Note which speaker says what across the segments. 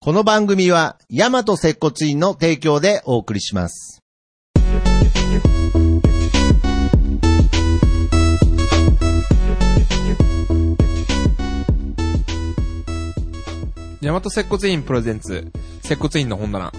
Speaker 1: この番組は、ヤマト接骨院の提供でお送りします。
Speaker 2: 大和接骨院プレゼンツ、接骨院の本棚。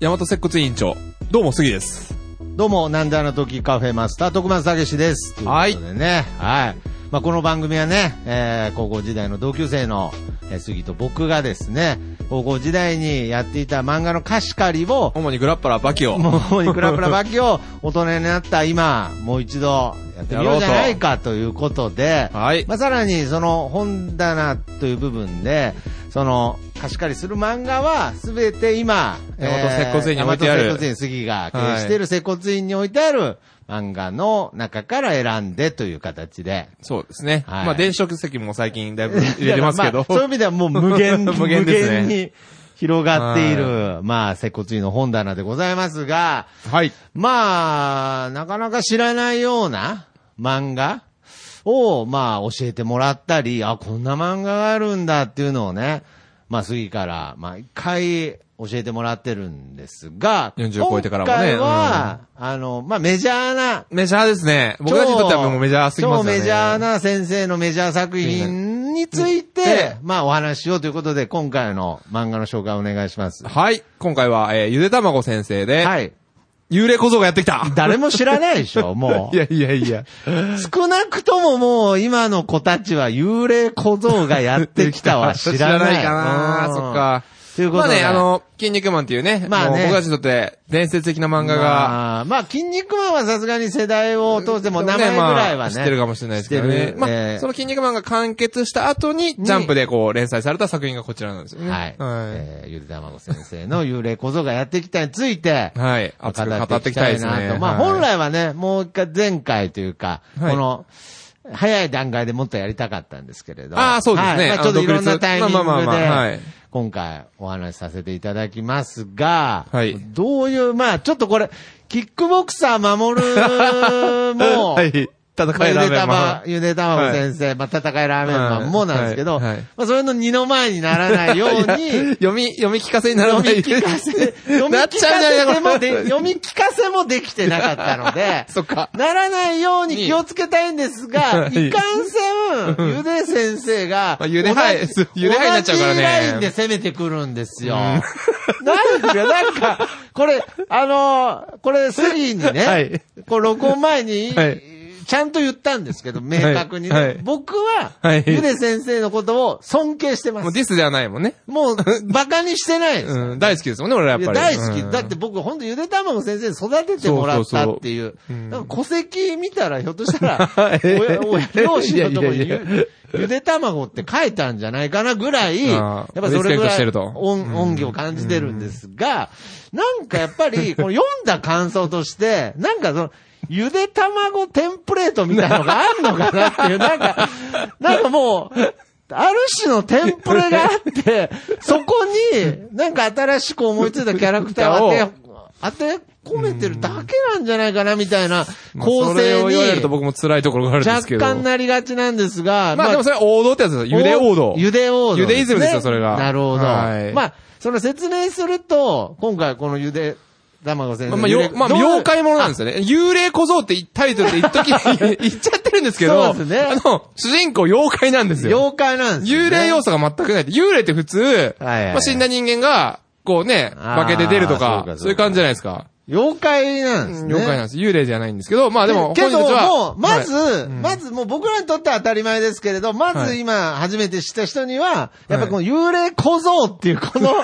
Speaker 2: 大和接骨院長、どうも杉です。
Speaker 1: どうも、なんであの時カフェマスター、徳松たけしです。ということでね、はい。まあ、この番組はね、えー高校時代の同級生の、えー杉と僕がですね、高校時代にやっていた漫画の貸し借り を、
Speaker 2: 主にグラッパラーバキを。
Speaker 1: もう、主にクラクラバキを大人になった今、もう一度やってみようじゃないかということで、
Speaker 2: はい。
Speaker 1: まあ、さらにその本棚という部分で、その貸し借りする漫画はすべて今、
Speaker 2: 大和接骨院に置いてある
Speaker 1: 大和接骨院杉が経営している接骨院に置いてある漫画の中から選んでという形で。
Speaker 2: そうですね。
Speaker 1: はい
Speaker 2: まあ、電子書籍も最近だいぶ 入れてますけ
Speaker 1: ま
Speaker 2: ど
Speaker 1: あ。そういう意味ではもう無限に、
Speaker 2: 無限ですね
Speaker 1: 無限に広がっている、まあ、接骨院の本棚でございますが、
Speaker 2: はい。
Speaker 1: まあ、なかなか知らないような漫画を、まあ、教えてもらったり、あ、こんな漫画があるんだっていうのをね、まあ、次から、毎回教えてもらってるんですが、
Speaker 2: 40超えてからもね
Speaker 1: 今回は、あの、まあ、メジャーな、
Speaker 2: メジャーですね。僕たちにとってはもうメジャーすぎますよね。
Speaker 1: 超メジャー。な先生のメジャー作品について、まあ、お話ししようということで、今回の漫画の紹介お願いします。
Speaker 2: はい。今回は、えー、ゆでたまご先生で、
Speaker 1: はい。
Speaker 2: 幽霊小僧がやってきた。
Speaker 1: 誰も知らないでしょ、 もう。
Speaker 2: いやいやいや。
Speaker 1: 少なくとももう今の子たちは幽霊小僧がやってきたは知らない。
Speaker 2: 知かな
Speaker 1: うん
Speaker 2: そっ。か。
Speaker 1: というこ
Speaker 2: ま
Speaker 1: と
Speaker 2: あ
Speaker 1: で。
Speaker 2: ね、あ、の、筋肉マンっていうね、
Speaker 1: まあね
Speaker 2: もう僕たちにとって伝説的な漫画が、
Speaker 1: まあ、まあ、筋肉マンはさすがに世代を通しても名前ぐらいはね。
Speaker 2: まあ知ってるかもしれないですけど
Speaker 1: 知って
Speaker 2: ね。
Speaker 1: る
Speaker 2: ま
Speaker 1: ええ
Speaker 2: あ、その筋肉マンが完結した後に、ジャンプでこう、連載された作品がこちらなんですよね。
Speaker 1: はい。えーゆでたまご先生の幽霊小僧がやってきたについて、
Speaker 2: はい。
Speaker 1: まあ
Speaker 2: 熱く語っていきたいです
Speaker 1: 語っていきたいな
Speaker 2: ね。
Speaker 1: とまあ、
Speaker 2: はい
Speaker 1: 本来はね、もう一回前回というか、
Speaker 2: はい
Speaker 1: この、早い段階でもっとやりたかったんですけれど。
Speaker 2: ああ、そうです
Speaker 1: はい
Speaker 2: ね。
Speaker 1: まあちょっといろんなタイミングで。
Speaker 2: まあまあまあまあはい。
Speaker 1: 今回お話しさせていただきますが、
Speaker 2: はい
Speaker 1: どういう、まあちょっとこれ、キックボクサー守るも、
Speaker 2: はい。戦いラ
Speaker 1: まあゆで
Speaker 2: ーメンマ
Speaker 1: 玉ゆで卵
Speaker 2: ン、。
Speaker 1: 先生、まあ、戦いラーメンマンもなんですけど、
Speaker 2: はいはい
Speaker 1: まあ、それの二の前にならない ように、
Speaker 2: 読み、読み聞かせになら
Speaker 1: 読
Speaker 2: ない。
Speaker 1: み聞かせ、読み
Speaker 2: なっ
Speaker 1: 聞
Speaker 2: ちゃう
Speaker 1: か
Speaker 2: ん
Speaker 1: せ
Speaker 2: じ
Speaker 1: も
Speaker 2: ゃない
Speaker 1: で、読み聞かせもできてなかったので
Speaker 2: 、そっか。
Speaker 1: ならないように気をつけたいんですが、
Speaker 2: はい
Speaker 1: いかんせん、ゆで先生が、
Speaker 2: まあゆではい
Speaker 1: 同じ
Speaker 2: ゆではいになっちゃうから
Speaker 1: 同
Speaker 2: ね
Speaker 1: じラインで攻めてくるんですよ。 なんか、なんか、これ、あのーこれ、スリーにね、
Speaker 2: はい
Speaker 1: こう録音前に、
Speaker 2: はい
Speaker 1: ちゃんと言ったんですけど、明確にね。
Speaker 2: はいはい
Speaker 1: 僕は、
Speaker 2: はい
Speaker 1: ゆで先生のことを尊敬してま
Speaker 2: もう
Speaker 1: す。
Speaker 2: ディスではないもんね。
Speaker 1: もう、バカにしてないです。
Speaker 2: うん。大好きですもんね、俺らやっ
Speaker 1: いや
Speaker 2: ぱ
Speaker 1: 大
Speaker 2: り。
Speaker 1: 好き。
Speaker 2: うん
Speaker 1: だって僕、ほんとゆで卵先生に育ててもらったっていう。
Speaker 2: そうそうそううん
Speaker 1: なんか戸籍見たら、ひょっとした ら
Speaker 2: はい、
Speaker 1: 親親両親のとこにゆ
Speaker 2: いやいやいや
Speaker 1: ゆで卵って書いたんじゃないかなぐらい、や
Speaker 2: あ
Speaker 1: っ
Speaker 2: ー
Speaker 1: ぱそれぐ
Speaker 2: リスペクト
Speaker 1: ら
Speaker 2: し
Speaker 1: い
Speaker 2: てると
Speaker 1: 恩恩義を感じてるんですが、なんかやっぱり、 この読んだ感想として、なんかその、ゆで卵テンプレートみたいなのがあんのかなって いう、なんか、なんかもう、ある種のテンプレがあって、そこに、なんか新しく思いついたキャラクターを当て、当て込めてるだけなんじゃないかな、みたいな
Speaker 2: まあ
Speaker 1: 構
Speaker 2: それ
Speaker 1: 成
Speaker 2: を言われると
Speaker 1: に、
Speaker 2: 僕も辛いところがあるんです
Speaker 1: 若
Speaker 2: けど。
Speaker 1: 干なりがちなんですが、
Speaker 2: まあでもそれは王道ってやつですよ。ゆで王道。
Speaker 1: ゆで王道、
Speaker 2: ゆでイズムですよそれが
Speaker 1: なるほど。
Speaker 2: はい
Speaker 1: まあ、その説明すると、今回このゆで、卵先生。
Speaker 2: まあ、まあ、よ、まあ、
Speaker 1: どう
Speaker 2: 妖怪ものなんですよね。幽霊小僧ってタイトルで 一時言っちゃってるんですけど、
Speaker 1: そうですね
Speaker 2: あの、主人公妖怪なんですよ。
Speaker 1: 妖怪なんですよ、ね。
Speaker 2: 幽霊要素が全くない。幽霊って普通、
Speaker 1: はいはいはい
Speaker 2: まあ、死んだ人間が、こうね、
Speaker 1: あー
Speaker 2: 化けて出るとか
Speaker 1: そうかそうか
Speaker 2: そういう感じじゃないですか。
Speaker 1: 妖怪なんですね。
Speaker 2: 妖怪なんです。幽霊じゃないんですけど、まあでも、
Speaker 1: け
Speaker 2: 本人
Speaker 1: ど、
Speaker 2: たちは。
Speaker 1: もう、まず、
Speaker 2: はい
Speaker 1: まずもう僕らにとっては当たり前ですけれど、まず今、初めて知った人には、やっぱこの幽霊小僧っていうこの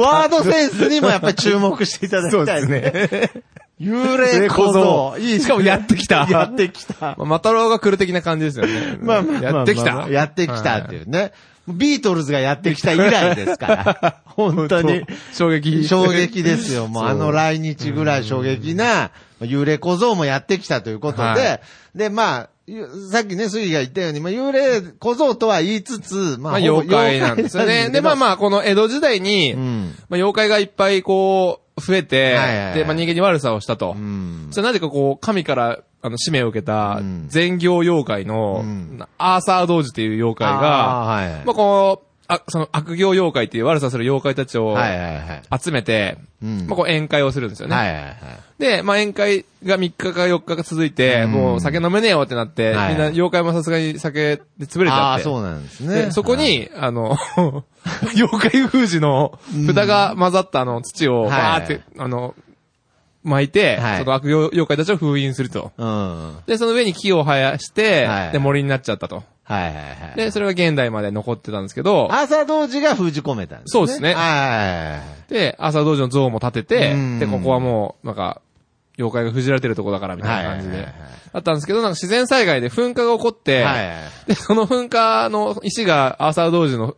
Speaker 1: ワードセンスにもやっぱり注目していただきたい。
Speaker 2: ね。
Speaker 1: 幽霊小僧。いい
Speaker 2: しかもやってきた。
Speaker 1: やってきた。
Speaker 2: まあ、マタロウが来る的な感じですよね。
Speaker 1: まあまあまあまあ
Speaker 2: やってきた。
Speaker 1: やってきたって
Speaker 2: は。
Speaker 1: いううね。ビートルズがやってきた以来です から。本当に。
Speaker 2: 衝撃。
Speaker 1: 衝撃ですよ。もう
Speaker 2: そう
Speaker 1: あの来日ぐらい衝撃な、幽霊小僧もやってきたということで、
Speaker 2: は
Speaker 1: で、まあ、ゆさっきね、杉が言ったように、まあ、幽霊小僧とは言いつつ、ま
Speaker 2: まあ、妖怪なんですよね。で、まあ
Speaker 1: あ
Speaker 2: まあ、この江戸時代に、
Speaker 1: ほぼ妖怪なんです
Speaker 2: まあ、妖怪がいっぱいこう、増えて、
Speaker 1: はいはいはい
Speaker 2: で、まあ、人間に悪さをしたと。
Speaker 1: うん。うん。
Speaker 2: それなぜかこう、神から、あの、使命を受けた
Speaker 1: うん、
Speaker 2: 善行妖怪の、
Speaker 1: うん
Speaker 2: アーサー童子っていう妖怪が、
Speaker 1: あーはい。
Speaker 2: まあ、こう、あ、その悪行妖怪っていう悪さする妖怪たちを
Speaker 1: はいはいはい。
Speaker 2: 集めて、
Speaker 1: うん
Speaker 2: まあこう宴会をするんですよね。
Speaker 1: はいはいはい。
Speaker 2: で、まあ宴会が3日か4日か続いて、
Speaker 1: うん
Speaker 2: もう酒飲めねえよってなって、
Speaker 1: はい
Speaker 2: みんな妖怪もさすがに酒で潰れち
Speaker 1: あ
Speaker 2: ゃ
Speaker 1: あ
Speaker 2: っ
Speaker 1: ー、
Speaker 2: て。
Speaker 1: そうなんです
Speaker 2: で
Speaker 1: ね。
Speaker 2: そこに、あの、 妖怪封じの蓋が混ざったあの土を
Speaker 1: はい
Speaker 2: バーって、あの、巻いて、
Speaker 1: はい
Speaker 2: その悪行妖怪たちを封印すると。
Speaker 1: うん。は
Speaker 2: で、その上に木を生やして、
Speaker 1: はい
Speaker 2: で、森になっちゃったと。
Speaker 1: いはいはい。
Speaker 2: で、それが現代まで残ってたんですけど、
Speaker 1: 朝同時が封じ込めたんですね。
Speaker 2: そうですね
Speaker 1: はいはいはい。
Speaker 2: で、朝道場の像も建てて
Speaker 1: う、ん
Speaker 2: で、ここはもう、なんか、妖怪が封じられてるとこだからみたいな感じ
Speaker 1: はい
Speaker 2: で
Speaker 1: はいはいはい。
Speaker 2: だったんですけど、なんか自然災害で噴火が起こっ
Speaker 1: は
Speaker 2: て、
Speaker 1: いはいはい。
Speaker 2: で、その噴火の石が朝道場の、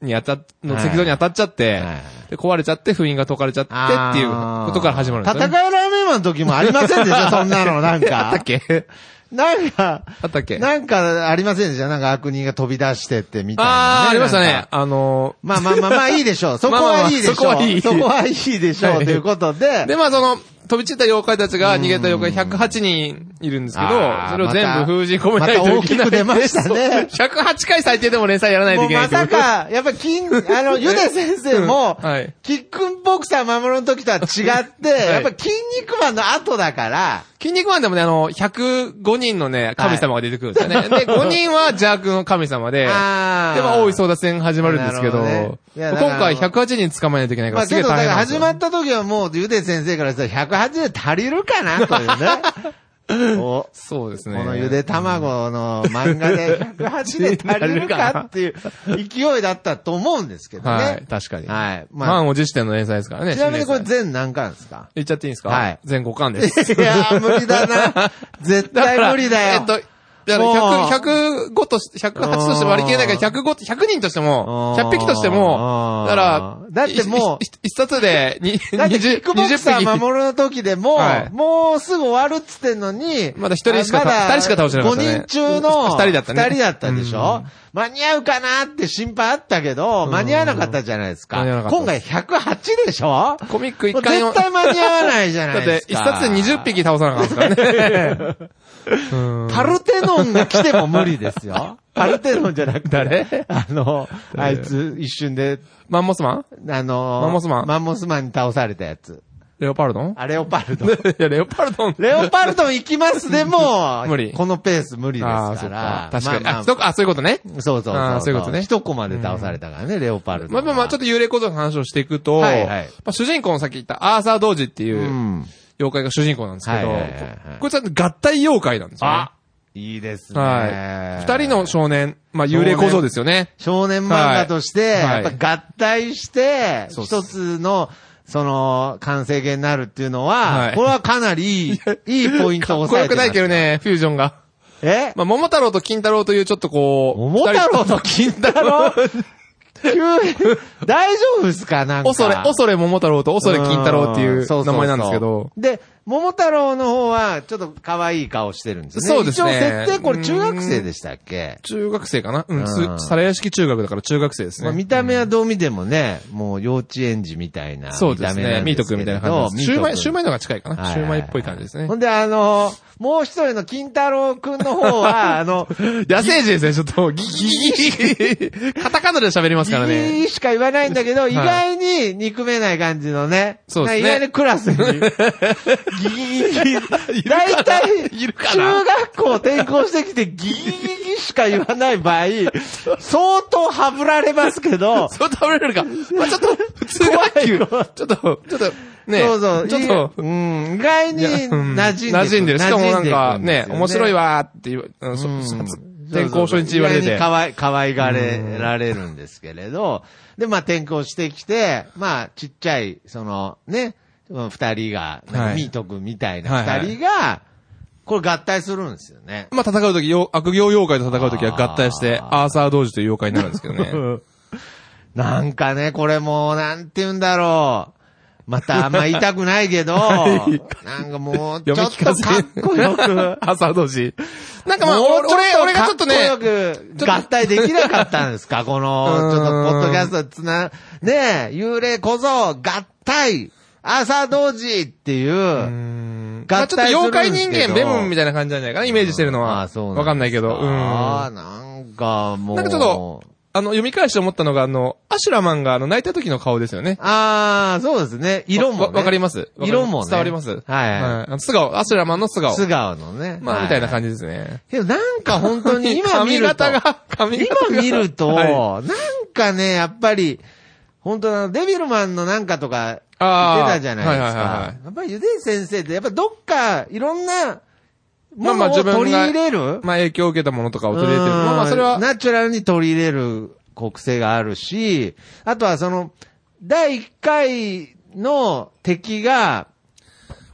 Speaker 2: に当たっ、の石像に当たっちゃって、
Speaker 1: はいはい
Speaker 2: で、壊れちちゃって、封印が解かれちゃってっていうことから始まるんですよ、ね。
Speaker 1: 戦いラーメンマンの時もありませんでした、そんなの、なん
Speaker 2: あった
Speaker 1: か。
Speaker 2: っけ
Speaker 1: なんか、
Speaker 2: あったっけ
Speaker 1: なんかありませんでした。なんか悪人が飛び出してってみたいな、ね。
Speaker 2: ああ、ありました
Speaker 1: なん
Speaker 2: ね
Speaker 1: か。。
Speaker 2: あの
Speaker 1: まあまあまあまあいいでしょう。そこ
Speaker 2: まあまあま
Speaker 1: は
Speaker 2: あ
Speaker 1: いいでしょう。
Speaker 2: そこはいい
Speaker 1: そこはいいでしょう。
Speaker 2: はい
Speaker 1: ということ
Speaker 2: ー
Speaker 1: で。
Speaker 2: で、まあその、飛び散った妖怪たちが逃げた妖怪108人いるんですけど、
Speaker 1: あー
Speaker 2: それを全
Speaker 1: また
Speaker 2: 部封じ込めないといけない。
Speaker 1: また大きく出ました ね
Speaker 2: そう108回最低でも連載やらないと
Speaker 1: も
Speaker 2: いうけない
Speaker 1: ま
Speaker 2: ってこ
Speaker 1: さ
Speaker 2: と
Speaker 1: か、やっぱ金、あの、ゆで先生も
Speaker 2: うんはい、
Speaker 1: キックンボクサー守るの時とは違って、
Speaker 2: い
Speaker 1: やっぱ筋肉マンの後だから、
Speaker 2: 筋肉マンでもね、あの、105人のね、神様が出てくるんですよ ね。で、5人は邪悪の神様で、で、
Speaker 1: あー
Speaker 2: まあ、大井争奪戦始まるんですけど、
Speaker 1: なるほどねいやだから
Speaker 2: 今回108人捕まえないといけないか
Speaker 1: ま
Speaker 2: ら、
Speaker 1: あ
Speaker 2: す
Speaker 1: け
Speaker 2: げえ
Speaker 1: ど、だ
Speaker 2: 大
Speaker 1: か
Speaker 2: 変
Speaker 1: ら
Speaker 2: なんです
Speaker 1: 始
Speaker 2: よ。
Speaker 1: まった時はもう、ゆで先生からしたら180足りるかなと いうね。お
Speaker 2: そうですね。
Speaker 1: このゆで卵の漫画で108で足りるかっていう勢いだったと思うんですけどね。
Speaker 2: はい、確かに。
Speaker 1: はいまあ
Speaker 2: 満を持しての連載ですからね。
Speaker 1: ちなみにこれ
Speaker 2: 新連載
Speaker 1: 全何巻ですか
Speaker 2: 言っちゃっていいんですか
Speaker 1: はい
Speaker 2: 全5巻です。
Speaker 1: いやー、無理だな。絶対無理だよ。
Speaker 2: えっと、だか
Speaker 1: もう
Speaker 2: ら100、105とし、108としても割り切れないから、105と、100人としても、100匹として
Speaker 1: う
Speaker 2: も
Speaker 1: ん、
Speaker 2: だから、
Speaker 1: だってもう
Speaker 2: いい一冊で、に
Speaker 1: だって、
Speaker 2: 20
Speaker 1: キックボクサ
Speaker 2: 20
Speaker 1: ー
Speaker 2: 匹。
Speaker 1: 守るの時でも、
Speaker 2: はい
Speaker 1: もうすぐ終わるっつってんのに、
Speaker 2: まだ一人しか
Speaker 1: あまだ
Speaker 2: 二人しか倒してなかったね
Speaker 1: 5人中の、
Speaker 2: 二人だったね
Speaker 1: 二人だったでしょ、間に合うかなって心配あったけど、間に合わなかったじゃないですか。
Speaker 2: 間に合わなかった
Speaker 1: 今回108でしょ
Speaker 2: コミック一
Speaker 1: もう
Speaker 2: 回
Speaker 1: 絶
Speaker 2: の、
Speaker 1: 対間に合わないじゃな
Speaker 2: だ
Speaker 1: い
Speaker 2: っ
Speaker 1: で
Speaker 2: て
Speaker 1: す
Speaker 2: 一
Speaker 1: か。
Speaker 2: 冊で20匹倒さなかった ですからね。うん
Speaker 1: パルテノンが来ても無理ですよ。 パルテノンじゃなくて。
Speaker 2: 誰
Speaker 1: あの、あいつ一瞬で、
Speaker 2: マンモスマン
Speaker 1: あの、
Speaker 2: マンモスマン
Speaker 1: マンモスマンに倒されたやつ。
Speaker 2: レオパルドン
Speaker 1: あ、レオパルド。
Speaker 2: いや、レオパルドン。
Speaker 1: レオパルドン行きますでも、
Speaker 2: 無理
Speaker 1: このペース無理です
Speaker 2: ああ、
Speaker 1: か
Speaker 2: そっ
Speaker 1: ら
Speaker 2: か。。確かに。
Speaker 1: まあま
Speaker 2: あ、
Speaker 1: あ
Speaker 2: そうかあそういうことね。
Speaker 1: そうそう
Speaker 2: あ
Speaker 1: そ
Speaker 2: あ
Speaker 1: う。
Speaker 2: そういうことね
Speaker 1: 一コマで倒されたからね、レオパルドン
Speaker 2: まあ
Speaker 1: は。
Speaker 2: まあまあ、ちょっと幽霊構造の話をしていくと、
Speaker 1: はいはい。
Speaker 2: まあ主人公のさっき言ったアーサー・ドージっていううん妖怪が主人公なんですけ
Speaker 1: はい
Speaker 2: ど、
Speaker 1: はいはいはい
Speaker 2: これちゃんと合体妖怪なんですよ、ね
Speaker 1: あ。いいですね。
Speaker 2: はい。二人の少年、まあ幽霊構造ですよね。
Speaker 1: 少年漫画として、
Speaker 2: はい
Speaker 1: やっぱ合体して、
Speaker 2: そうっす
Speaker 1: 一つの、その、完成形になるっていうのは、
Speaker 2: はい
Speaker 1: これはかなりいい、いいポイント
Speaker 2: か
Speaker 1: を
Speaker 2: っこ
Speaker 1: 押さ
Speaker 2: よ
Speaker 1: えて
Speaker 2: く
Speaker 1: ま
Speaker 2: ないけ
Speaker 1: す。
Speaker 2: どね、フュージョンが。
Speaker 1: え
Speaker 2: まあ、桃太郎と金太郎というちょっとこう、
Speaker 1: 桃太郎と
Speaker 2: 二
Speaker 1: 金
Speaker 2: 人
Speaker 1: 太郎急に、大丈夫っすかなんか。
Speaker 2: 恐れ、恐れ桃太郎と恐れ金太郎ってい
Speaker 1: ん
Speaker 2: う名前なんです
Speaker 1: そうそ
Speaker 2: け。
Speaker 1: う
Speaker 2: ど
Speaker 1: そ、うで、桃太郎の方は、ちょっと可愛い顔してるんですね。
Speaker 2: そうですね
Speaker 1: 一応設定、これ中学生でしたっけ
Speaker 2: 中学生かなう
Speaker 1: うん
Speaker 2: ん、す皿屋式中学だから中学生です
Speaker 1: まあ、
Speaker 2: ね。
Speaker 1: 見た目はどう見てもね、もう幼稚園児みたいな。
Speaker 2: そうです
Speaker 1: 見た目
Speaker 2: ね。
Speaker 1: なん
Speaker 2: ミート
Speaker 1: すけ
Speaker 2: 君み
Speaker 1: れ
Speaker 2: たい
Speaker 1: ど
Speaker 2: な感じです。シューマイ、シュー
Speaker 1: ミート
Speaker 2: マイのが近いか
Speaker 1: 君
Speaker 2: なシューマイっぽい感じですね
Speaker 1: ほ。んで、あのーもう一人の金太郎くんの方は、あの、
Speaker 2: 野生児ですね、ちょっと、ギギギギ。カタカナで喋りますからね。
Speaker 1: いいしか言わないんだけど、
Speaker 2: い
Speaker 1: 意外に憎めない感じのね。
Speaker 2: そうですね
Speaker 1: なんか意外にクラスに。ギギギギ。大体、
Speaker 2: いるか
Speaker 1: 中
Speaker 2: な
Speaker 1: 学校転校してきてギギギギしか言わない場合、相当はぶられますけど、
Speaker 2: そう食べれるか。まあちょっと、普通学級。ちょっと、ちょっと、ね。
Speaker 1: そうそう。
Speaker 2: ちょっと、
Speaker 1: いうん、意外に馴染んでる。
Speaker 2: 馴染んでる。しかもな
Speaker 1: 馴染ん
Speaker 2: んか、
Speaker 1: でい
Speaker 2: ね
Speaker 1: くんですよ、
Speaker 2: 面白いわーって言わ、うん そ
Speaker 1: うん
Speaker 2: 初転校初日言われ
Speaker 1: 意外
Speaker 2: て
Speaker 1: に。可愛い、可愛がれられるんですけれど、で、まあ転校してきて、まあちっちゃい、そのね、二人が、なんか
Speaker 2: はい
Speaker 1: ミート君みたいな
Speaker 2: はいはい
Speaker 1: 二人が、これ合体するんですよね。
Speaker 2: まあ戦うとき、よ悪行妖怪と戦うときは合体して、
Speaker 1: あー
Speaker 2: アーサー同時という妖怪になるんですけどね。
Speaker 1: なんかね、これもう、なんて言うんだろう。またあんま言いたくないけ ど、
Speaker 2: い
Speaker 1: なんかもう、ちょ
Speaker 2: 読
Speaker 1: っと
Speaker 2: み聞かせ。
Speaker 1: かっこよく。
Speaker 2: アーサー同時。なんかまあ、
Speaker 1: もう
Speaker 2: 俺、俺俺がちょっとね、
Speaker 1: かっこよく合体できなかったんです かこの、
Speaker 2: うん
Speaker 1: ちょっと、ポッドキャストつな、ねえ、幽霊こそ、合体朝同時っていう、
Speaker 2: うんま
Speaker 1: 合
Speaker 2: あ
Speaker 1: 体
Speaker 2: ちょっと妖怪人
Speaker 1: する
Speaker 2: 間、
Speaker 1: んですけ
Speaker 2: ベ
Speaker 1: ど
Speaker 2: ムンみたいな感じなんじゃないかな、イメージしてるのは。
Speaker 1: あそう
Speaker 2: わかんないけど。うん。
Speaker 1: あ
Speaker 2: な
Speaker 1: なんかもう。
Speaker 2: んかちょっと、あの、読み返して思ったのが、あの、アシュラマンがあの、泣いた時の顔ですよね。
Speaker 1: あー、そうですね。色も、
Speaker 2: わ
Speaker 1: ね。
Speaker 2: わかります。わかります
Speaker 1: 色もね。
Speaker 2: 伝わります。はい。
Speaker 1: はい、はい
Speaker 2: あの素顔、アシュラマンの素顔。
Speaker 1: 素顔のね。
Speaker 2: まあ、みたいな感じですね。
Speaker 1: じ。けどなんか本当に今見る
Speaker 2: 髪
Speaker 1: と、
Speaker 2: 型が、髪型が。
Speaker 1: 今見ると、
Speaker 2: はい
Speaker 1: なんかね、やっぱり、本当あの、デビルマンのなんかとか、
Speaker 2: あー
Speaker 1: 言ってたじゃないです
Speaker 2: はいはいはいは
Speaker 1: か
Speaker 2: い。
Speaker 1: やっぱりゆで先生って、やっぱどっか、いろんな、
Speaker 2: ま
Speaker 1: も
Speaker 2: あま
Speaker 1: の
Speaker 2: あ
Speaker 1: を
Speaker 2: 自分が
Speaker 1: 取り入れる、
Speaker 2: まあ、影響を受けたものとかを取り入れてる。
Speaker 1: うん
Speaker 2: まあまあ、それは、
Speaker 1: ナチュラルに取り入れる国性があるし、あとはその、第1回の敵が、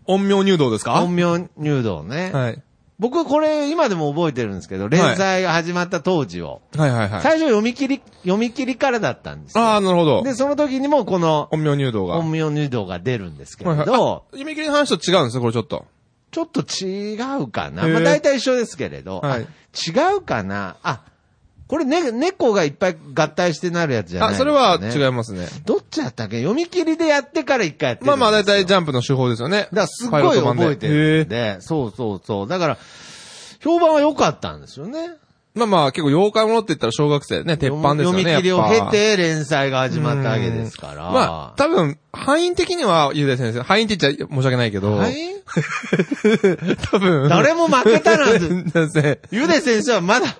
Speaker 2: 音明入道ですか
Speaker 1: 本名入道ね。
Speaker 2: はい。
Speaker 1: 僕これ今でも覚えてるんですけど、連載が始まった当時を。
Speaker 2: はいはいはい。
Speaker 1: 最初読み切り、読み切りからだったんですよ
Speaker 2: ああ、なるほど。
Speaker 1: で、その時にもこの、
Speaker 2: 音明入道が。
Speaker 1: 本名入道が出るんですけれ
Speaker 2: はいはい
Speaker 1: ど、
Speaker 2: 読み切りの話と違うんですよ、これちょっと。
Speaker 1: ちょっと違うかな。
Speaker 2: へー
Speaker 1: まあ大体一緒ですけれど、あ
Speaker 2: はい
Speaker 1: 違うかな。あ、これね、猫がいっぱい合体してなるやつじゃない
Speaker 2: あ、
Speaker 1: で
Speaker 2: そ
Speaker 1: すか
Speaker 2: れ
Speaker 1: ね
Speaker 2: は違いますね。
Speaker 1: どっちだったっけ読み切りでやってから一回やってるん
Speaker 2: まあまあ、だいた
Speaker 1: です
Speaker 2: い
Speaker 1: よ
Speaker 2: ジャンプの手法ですよね。
Speaker 1: だからすっごい覚えてるん
Speaker 2: へえ
Speaker 1: で、そうそうそう。だから、評判は良かったんですよね。
Speaker 2: まあまあ、結構妖怪ものって言ったら小学生ね、鉄板ですよ
Speaker 1: 読
Speaker 2: ね。
Speaker 1: み切りを
Speaker 2: やっぱ
Speaker 1: 経て連載が始まったわけですから。
Speaker 2: まあ、多分、範囲的には、ゆうで先生、範囲って言っちゃ申し訳ないけど、
Speaker 1: はい
Speaker 2: 多分、
Speaker 1: 誰も負けたなんて、
Speaker 2: 先生、
Speaker 1: ゆで先生はまだ、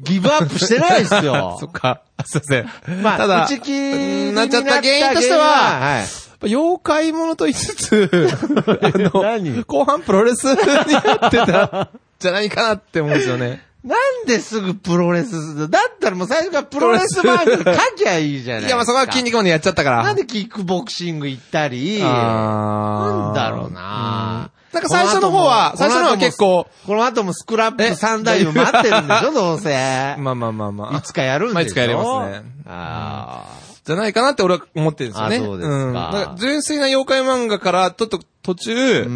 Speaker 1: ギブアップしてないですよ
Speaker 2: そ。っか、あすいません。
Speaker 1: まあ、
Speaker 2: ただ、
Speaker 1: 打ち切りに
Speaker 2: なっちゃった原因としては、
Speaker 1: はい。
Speaker 2: やっぱ妖怪ものと言いつ つ、あ
Speaker 1: 何
Speaker 2: の、後半プロレスになってた、じゃないかなって思うんですよね。
Speaker 1: なんですぐプロレスするだったらもう最初からプロレスマーク書きゃいいじゃないですか。
Speaker 2: いや、まあそこは筋肉までやっちゃったから。
Speaker 1: なんでキックボクシング行ったり、な
Speaker 2: なん
Speaker 1: だろうな
Speaker 2: なんか最初の方は、
Speaker 1: こ
Speaker 2: 最
Speaker 1: 後
Speaker 2: 初の
Speaker 1: も
Speaker 2: 方は結構、
Speaker 1: この後もスクラップ
Speaker 2: え
Speaker 1: 3台を待ってるんでしょ、どうせ。
Speaker 2: まあまあまあまあ
Speaker 1: い。つかやるんでしょ、
Speaker 2: まあいつかやりますね
Speaker 1: あ
Speaker 2: じゃないかなって俺は思ってるんですよね。
Speaker 1: あそうですか
Speaker 2: んだら純粋な妖怪漫画から、ちょっと途中
Speaker 1: ーう、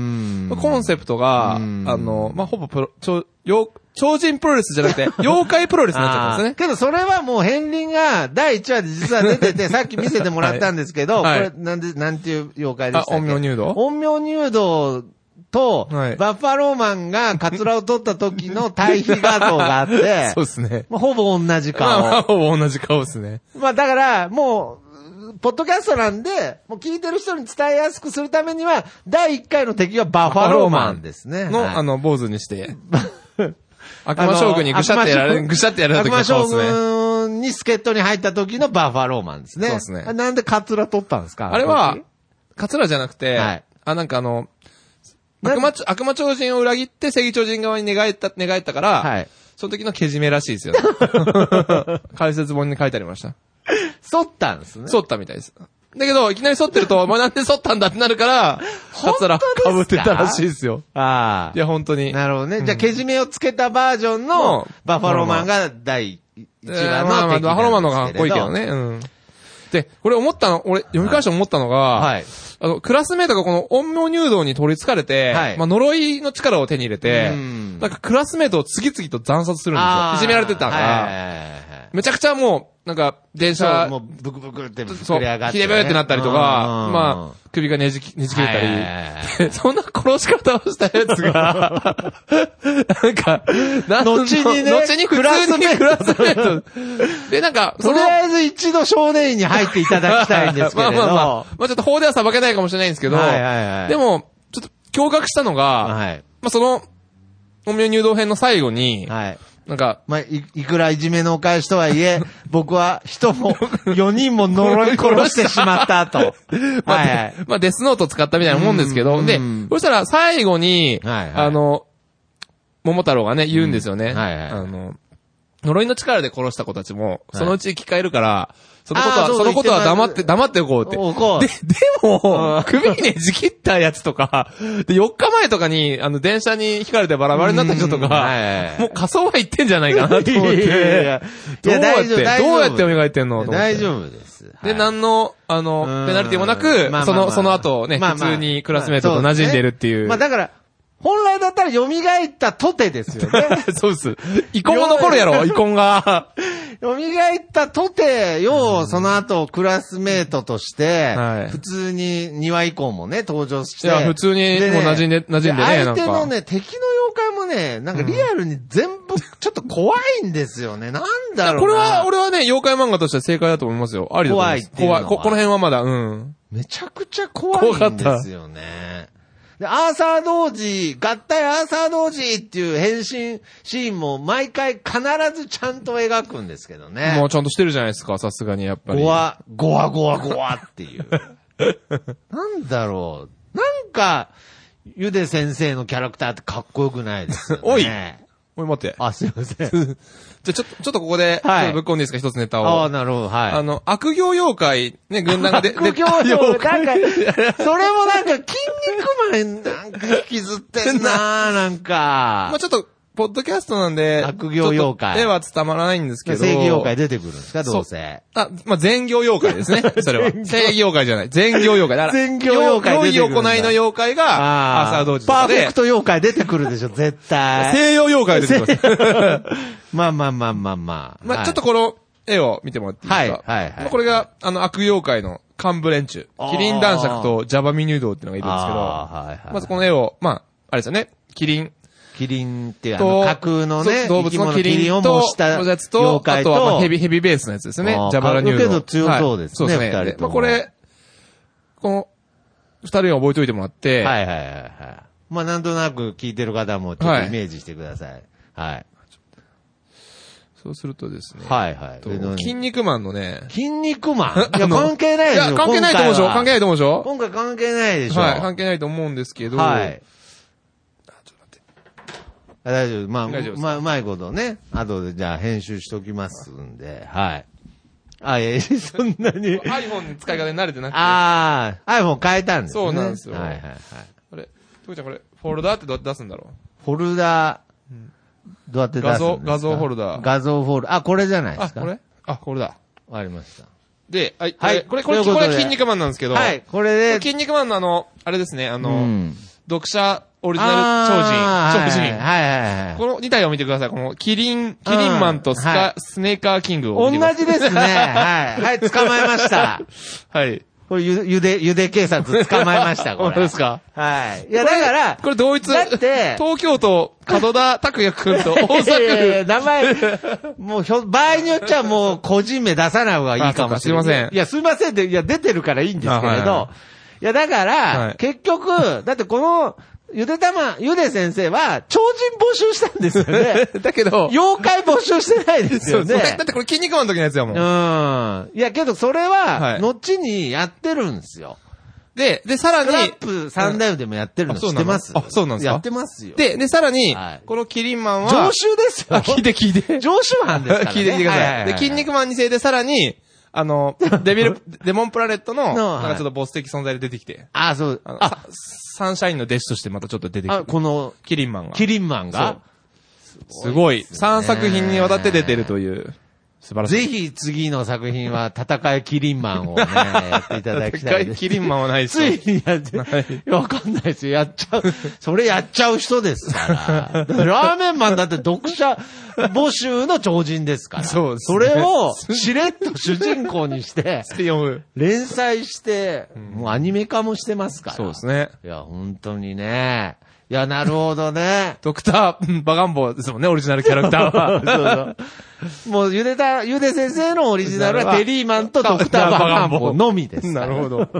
Speaker 1: ん。
Speaker 2: コンセプトが、あ
Speaker 1: うん
Speaker 2: の、まあ、ほぼプロ、超、妖超人プロレスじゃな くて、妖怪プロレスになっちゃったんです
Speaker 1: あーけどそれはもう片鱗が第1話で実は出て て、さっき見せてもらったんですけど、
Speaker 2: はいはい
Speaker 1: これなんで、なんていう妖怪でしたっけ
Speaker 2: あ陰陽入道
Speaker 1: 陰陽入道と、
Speaker 2: はい
Speaker 1: バッファローマンがカツラを取った時の対比画像があっ
Speaker 2: ね。、
Speaker 1: て
Speaker 2: そうですね。
Speaker 1: まあほぼ同じ
Speaker 2: ま
Speaker 1: 顔。
Speaker 2: あまあ、ほぼ同じ顔ですね。
Speaker 1: まあだから、もう、ポッドキャストなんで、もう聞いてる人に伝えやすくするためには、第1回の敵がバッファローマンですね。
Speaker 2: の、
Speaker 1: はい
Speaker 2: あの、坊主にして。 悪魔将軍にぐしゃってやられ、ぐしゃってやられた
Speaker 1: 時
Speaker 2: 時の顔です
Speaker 1: 悪魔
Speaker 2: ね。
Speaker 1: 将軍に助っ人に入った時のバッファローマンですね。
Speaker 2: そうですね
Speaker 1: あなんでカツラ取ったんですか
Speaker 2: あれは、カツラじゃなくて、
Speaker 1: はい
Speaker 2: あ、なんかあの、
Speaker 1: な
Speaker 2: 悪魔、悪魔超人を裏切って正義超人側に寝返った、寝返ったから、
Speaker 1: はい。
Speaker 2: その時のけじめらしいですよ、ね。解説本に書いてありました。
Speaker 1: 剃ったんですね。
Speaker 2: 剃ったみたいです。だけど、いきなり剃ってると、お前なんで剃ったんだってなるから、カツラ
Speaker 1: 本当で
Speaker 2: 被っ
Speaker 1: す
Speaker 2: て
Speaker 1: か
Speaker 2: たらしいですよ。
Speaker 1: あ
Speaker 2: いや、本当に。
Speaker 1: あ。なるほどね。じゃあ、けじめをつけたバージョンの
Speaker 2: うん
Speaker 1: バッファローマンが第1話の敵
Speaker 2: えー
Speaker 1: なんですけれど。
Speaker 2: まあまあ、ハロマンの方がかっこいいけどね。うん。で、これ思ったの、俺、読み返して思ったのが、
Speaker 1: はい。
Speaker 2: あの、クラスメートがこの音明入道に取り憑かれて、
Speaker 1: はい
Speaker 2: まあ、呪いの力を手に入れて
Speaker 1: う、ん
Speaker 2: なんかクラスメートを次々と惨殺するんですよ
Speaker 1: あ。ー
Speaker 2: いじめられてたか
Speaker 1: は
Speaker 2: ら、
Speaker 1: いはいはいはい
Speaker 2: めちゃくちゃもう、なんか、電車
Speaker 1: そう、もうブクブクって
Speaker 2: そ
Speaker 1: 膨
Speaker 2: う、
Speaker 1: れ上がって、ね。
Speaker 2: ひねぶってなったりとか、
Speaker 1: うん
Speaker 2: まあ、首がねじき、ねじ切れたり、
Speaker 1: はいはいはいはい
Speaker 2: で そんな殺し方をしたやつが、 なんか、なん
Speaker 1: 後にね
Speaker 2: 後に普
Speaker 1: クラス
Speaker 2: 通
Speaker 1: メート
Speaker 2: にクラスメート。で、なんか、
Speaker 1: とりあえず一度少年院に入っていただきたいんですけれど。
Speaker 2: まあまあまあ、まあちょっと法では裁けないかもしれないんですけど、
Speaker 1: はいはいはい
Speaker 2: でも、ちょっと驚愕したのが、
Speaker 1: はい。
Speaker 2: まあその、音明入道編の最後に、
Speaker 1: はい。
Speaker 2: なんか、
Speaker 1: まあ、い、いくらいじめのお返しとはいえ、 僕は人 も、4人も呪い殺してしまったと。
Speaker 2: まあ、
Speaker 1: はいはい。
Speaker 2: まあ、デスノート使ったみたいなもんですけど、
Speaker 1: うん
Speaker 2: で
Speaker 1: うん、
Speaker 2: そしたら最後に、
Speaker 1: はいはい
Speaker 2: あの、桃太郎がね、言うんですよね。
Speaker 1: うんはいはい
Speaker 2: あの、呪いの力で殺した子たちも、そのうち生き返るから、そのこと
Speaker 1: あ
Speaker 2: は、
Speaker 1: ーそう
Speaker 2: そのことは
Speaker 1: 言って
Speaker 2: 黙
Speaker 1: ま
Speaker 2: っ
Speaker 1: す
Speaker 2: て、黙っておこうって。
Speaker 1: おこう
Speaker 2: で、で も、首にねじ切ったやつとか、で、4日前とかに、あの、電車に引かれてバラバラになった人と
Speaker 1: うんはいはい
Speaker 2: か
Speaker 1: は、い
Speaker 2: もう仮想は行ってんじゃないかなと思っ
Speaker 1: いやいやいや
Speaker 2: て。どうやって、どうやって蘇ってんのと思って
Speaker 1: 大丈夫です。は
Speaker 2: で、
Speaker 1: い
Speaker 2: 何の、あ
Speaker 1: う
Speaker 2: の、
Speaker 1: ん
Speaker 2: ペナルティもなく、
Speaker 1: まあまあまあ
Speaker 2: その、その後ね、
Speaker 1: まあ
Speaker 2: 普
Speaker 1: まあ
Speaker 2: 通にクラスメートと馴染んでるっていう
Speaker 1: まあ、。だから、本来だったら蘇ったとてですよね。
Speaker 2: そうっす。遺恨も残る やろ、遺恨が。
Speaker 1: 蘇ったとて、よう、その後、クラスメートとして
Speaker 2: はい、
Speaker 1: 普通に2話以降もね、登場して。
Speaker 2: いや普通にもう馴染んで馴染んでね
Speaker 1: 相手
Speaker 2: なんか
Speaker 1: のね、敵の妖怪もね、なんかリアルに全僕、ちょっと怖いんですよね。なんだろうな。
Speaker 2: これは、俺はね、妖怪漫画としては正解だと思いますよ。ありだと思います。
Speaker 1: 怖いっていうのは
Speaker 2: こ、この辺はまだ、うん。
Speaker 1: めちゃくちゃ怖いんですよね。で、アーサー同時、合体アーサー同時っていう変身シーンも毎回必ずちゃんと描くんですけど
Speaker 2: もう
Speaker 1: ね。
Speaker 2: ちゃんとしてるじゃないですか、さすがにやっぱり。
Speaker 1: ゴワ、ゴワゴワゴワって いう。なんだろう。なんか、ゆで先生のキャラクターってかっこよくないですよね。
Speaker 2: おいおい待って。
Speaker 1: あ、すいませ ん。
Speaker 2: じゃあちょっと、ちょっとここで、
Speaker 1: はい
Speaker 2: ちょっとぶっこんでいいですか、一つネタを。
Speaker 1: ああ、なるほど、はい。
Speaker 2: あの、悪行妖怪、ね、軍団がで、
Speaker 1: 副
Speaker 2: で
Speaker 1: 教授、なんか、それもなんか、筋肉マン、なんか引きずってん ななん
Speaker 2: まあ
Speaker 1: か。
Speaker 2: ちょっと、ポッドキャストなんで、
Speaker 1: 悪行妖怪
Speaker 2: ちょっと絵は伝わらないんですけ
Speaker 1: 正
Speaker 2: ど。
Speaker 1: 義妖怪出てくるんですか、
Speaker 2: そう
Speaker 1: どうせ。
Speaker 2: あ、まあ、全業妖怪 ですね。それは。正義妖怪じゃない。全業妖怪。だから、
Speaker 1: 善行妖怪
Speaker 2: 良
Speaker 1: 出
Speaker 2: い
Speaker 1: てくるんだ
Speaker 2: 行いの妖怪が、アーサー同時と
Speaker 1: パー
Speaker 2: か
Speaker 1: フェ
Speaker 2: で
Speaker 1: ク、ト妖怪出てくるでしょ、絶対。
Speaker 2: 西洋妖怪ですよ。
Speaker 1: まあまあまあまあまあ。
Speaker 2: ま
Speaker 1: は
Speaker 2: あ、
Speaker 1: い
Speaker 2: ちょっとこの絵を見てもらっていいですか
Speaker 1: はいはいはい
Speaker 2: まあこれが、あの、悪妖怪の幹部連中。
Speaker 1: あー
Speaker 2: キリン男爵とジャバミニュードっていうのがいるんですけど、
Speaker 1: あーはいはい
Speaker 2: まずこの絵を、まあ、あれですよね。キリン
Speaker 1: キリンっていうあ
Speaker 2: と
Speaker 1: の、架空のね、
Speaker 2: そう動
Speaker 1: 生き
Speaker 2: 物の
Speaker 1: 物
Speaker 2: キリンと、
Speaker 1: を模した
Speaker 2: そういうやつと
Speaker 1: 妖怪
Speaker 2: あとはまあ
Speaker 1: と
Speaker 2: ヘ、ビ、ヘビベースのやつですね
Speaker 1: あ。ー
Speaker 2: ジャバラニュー
Speaker 1: あ
Speaker 2: ド。
Speaker 1: るけど強そうですね
Speaker 2: はい
Speaker 1: 二人とも
Speaker 2: でまあこれ、この、二人を覚えておいてもらって、
Speaker 1: はいはいはいはい。まあなんとなく聞いてる方もちょっとイメージしてください。はい。
Speaker 2: そうするとですね、
Speaker 1: はいはい。
Speaker 2: と
Speaker 1: で何
Speaker 2: 筋肉マンのね、
Speaker 1: 筋肉マンい
Speaker 2: あ
Speaker 1: や、
Speaker 2: の
Speaker 1: 関係ない
Speaker 2: い
Speaker 1: でしょ。
Speaker 2: や、関係ないと思うでしょ関係ないと思うでしょ
Speaker 1: 今回関係ないでしょ。
Speaker 2: はい、関係ないと思うんですけど、
Speaker 1: はい。
Speaker 2: あちょっと待って
Speaker 1: あ大丈夫。まあ、
Speaker 2: 大丈夫です
Speaker 1: まあ、うまいことね。後で、じゃあ、編集しときますんで、はい。あ、いや、そんな に。
Speaker 2: iPhone の使い方に慣れてなくて、あ
Speaker 1: ああ、iPhone 変えたんですね。
Speaker 2: そうなんですよ
Speaker 1: はいはいはい。
Speaker 2: れ、とちゃんこれ、フォルダーってどうやって出すんだろ
Speaker 1: フォルダどうやって出すんですか
Speaker 2: 画像画像フォルダ
Speaker 1: 画像フォルダあ、これじゃないうで
Speaker 2: あ、
Speaker 1: すか。
Speaker 2: これあ、これだ。
Speaker 1: わかりました。
Speaker 2: で、はい、
Speaker 1: はい
Speaker 2: これ、これ、
Speaker 1: という
Speaker 2: こ
Speaker 1: ことで
Speaker 2: れ、筋肉マンなんですけど、
Speaker 1: はい、これで、
Speaker 2: 筋肉マンのあの、あれですね、あ
Speaker 1: う
Speaker 2: の、
Speaker 1: ん
Speaker 2: 読者オリジ
Speaker 1: あ
Speaker 2: ナル
Speaker 1: ー
Speaker 2: 超人、超人。
Speaker 1: はいはいはいはい。
Speaker 2: この2体を見てください。この、キリン、キリンマンとスカ、
Speaker 1: うんは
Speaker 2: スネーカーキングを
Speaker 1: 同
Speaker 2: 見てください。
Speaker 1: じですね。はい。はい、捕まえました。
Speaker 2: はい。
Speaker 1: これゆ、ゆで、ゆで警察捕まえました、これ。
Speaker 2: 本当ですか
Speaker 1: はい。いや、だから、
Speaker 2: これ同一。
Speaker 1: だって
Speaker 2: 東京都、門田拓也くんと大
Speaker 1: いやいやいや
Speaker 2: 阪
Speaker 1: 名前、もうひょ、場合によっちゃもう個人名出さない方がいいかもしれない。
Speaker 2: あそうかすいません
Speaker 1: いや、すいませんって、いや、出てるからいいんですけれど。
Speaker 2: あは
Speaker 1: い
Speaker 2: いは
Speaker 1: や、だから、
Speaker 2: はい
Speaker 1: 結局、だってこの、ゆでたま、ゆで先生は、超人募集したんですよね。
Speaker 2: 府。だけど、
Speaker 1: 妖怪募集してないです
Speaker 2: そ
Speaker 1: よ
Speaker 2: うそうだ
Speaker 1: ね
Speaker 2: だ。ってこれ筋肉マンの時のやつやも。
Speaker 1: うんん。いや、けどそれ
Speaker 2: は
Speaker 1: は、
Speaker 2: い
Speaker 1: 後にやってるんですよ。
Speaker 2: で、で、さら
Speaker 1: トラ
Speaker 2: に
Speaker 1: ッ、プ三代目でもやってるの
Speaker 2: あそ
Speaker 1: 知
Speaker 2: う
Speaker 1: っ
Speaker 2: な
Speaker 1: て
Speaker 2: の
Speaker 1: ます
Speaker 2: あそうなんですか
Speaker 1: やってますよ。
Speaker 2: で、で、さらに
Speaker 1: はい、
Speaker 2: このキリンマンは、
Speaker 1: 常習ですよ。
Speaker 2: あ、聞いて聞いて。
Speaker 1: 常習犯ですからね。
Speaker 2: 聞いてきてくだ
Speaker 1: は
Speaker 2: さ。
Speaker 1: はいは
Speaker 2: で、筋肉マン2世でさらに、あの、 デビル、デモンプラネットの、
Speaker 1: の
Speaker 2: な
Speaker 1: は
Speaker 2: ん
Speaker 1: い
Speaker 2: かちょっとボス的存在で出てきて、
Speaker 1: あ、そう。
Speaker 2: あの
Speaker 1: あ、
Speaker 2: さサンシャインの弟子としてまたちょっと出てき
Speaker 1: あ、
Speaker 2: て、
Speaker 1: この、
Speaker 2: キリンマンが。
Speaker 1: キリンマンが、
Speaker 2: すごい。3作品にわたって出てるという、素晴らしい。
Speaker 1: ぜひ次の作品は戦いキリンマンをね、やっていただきたいです。
Speaker 2: キリンマンはないです
Speaker 1: つ
Speaker 2: よ。
Speaker 1: いにやって、いやわかんないですよ。やっちゃう。それやっちゃう人ですから。ラーメンマンだって読者募集の超人ですから。
Speaker 2: そうです
Speaker 1: そ
Speaker 2: ね
Speaker 1: れを、しれっと主人公にして、
Speaker 2: って読む。
Speaker 1: 連載して、もうアニメ化もしてますから。
Speaker 2: そうですね。
Speaker 1: いや、本当にね。いや、なるほどね。
Speaker 2: ドクター、うんバガンボですもんね、オリジナルキャラクターは。
Speaker 1: そうそう。もう、ゆでた、ゆで先生のオリジナルはテリーマンとドクターバガンボのみです。
Speaker 2: なるほど。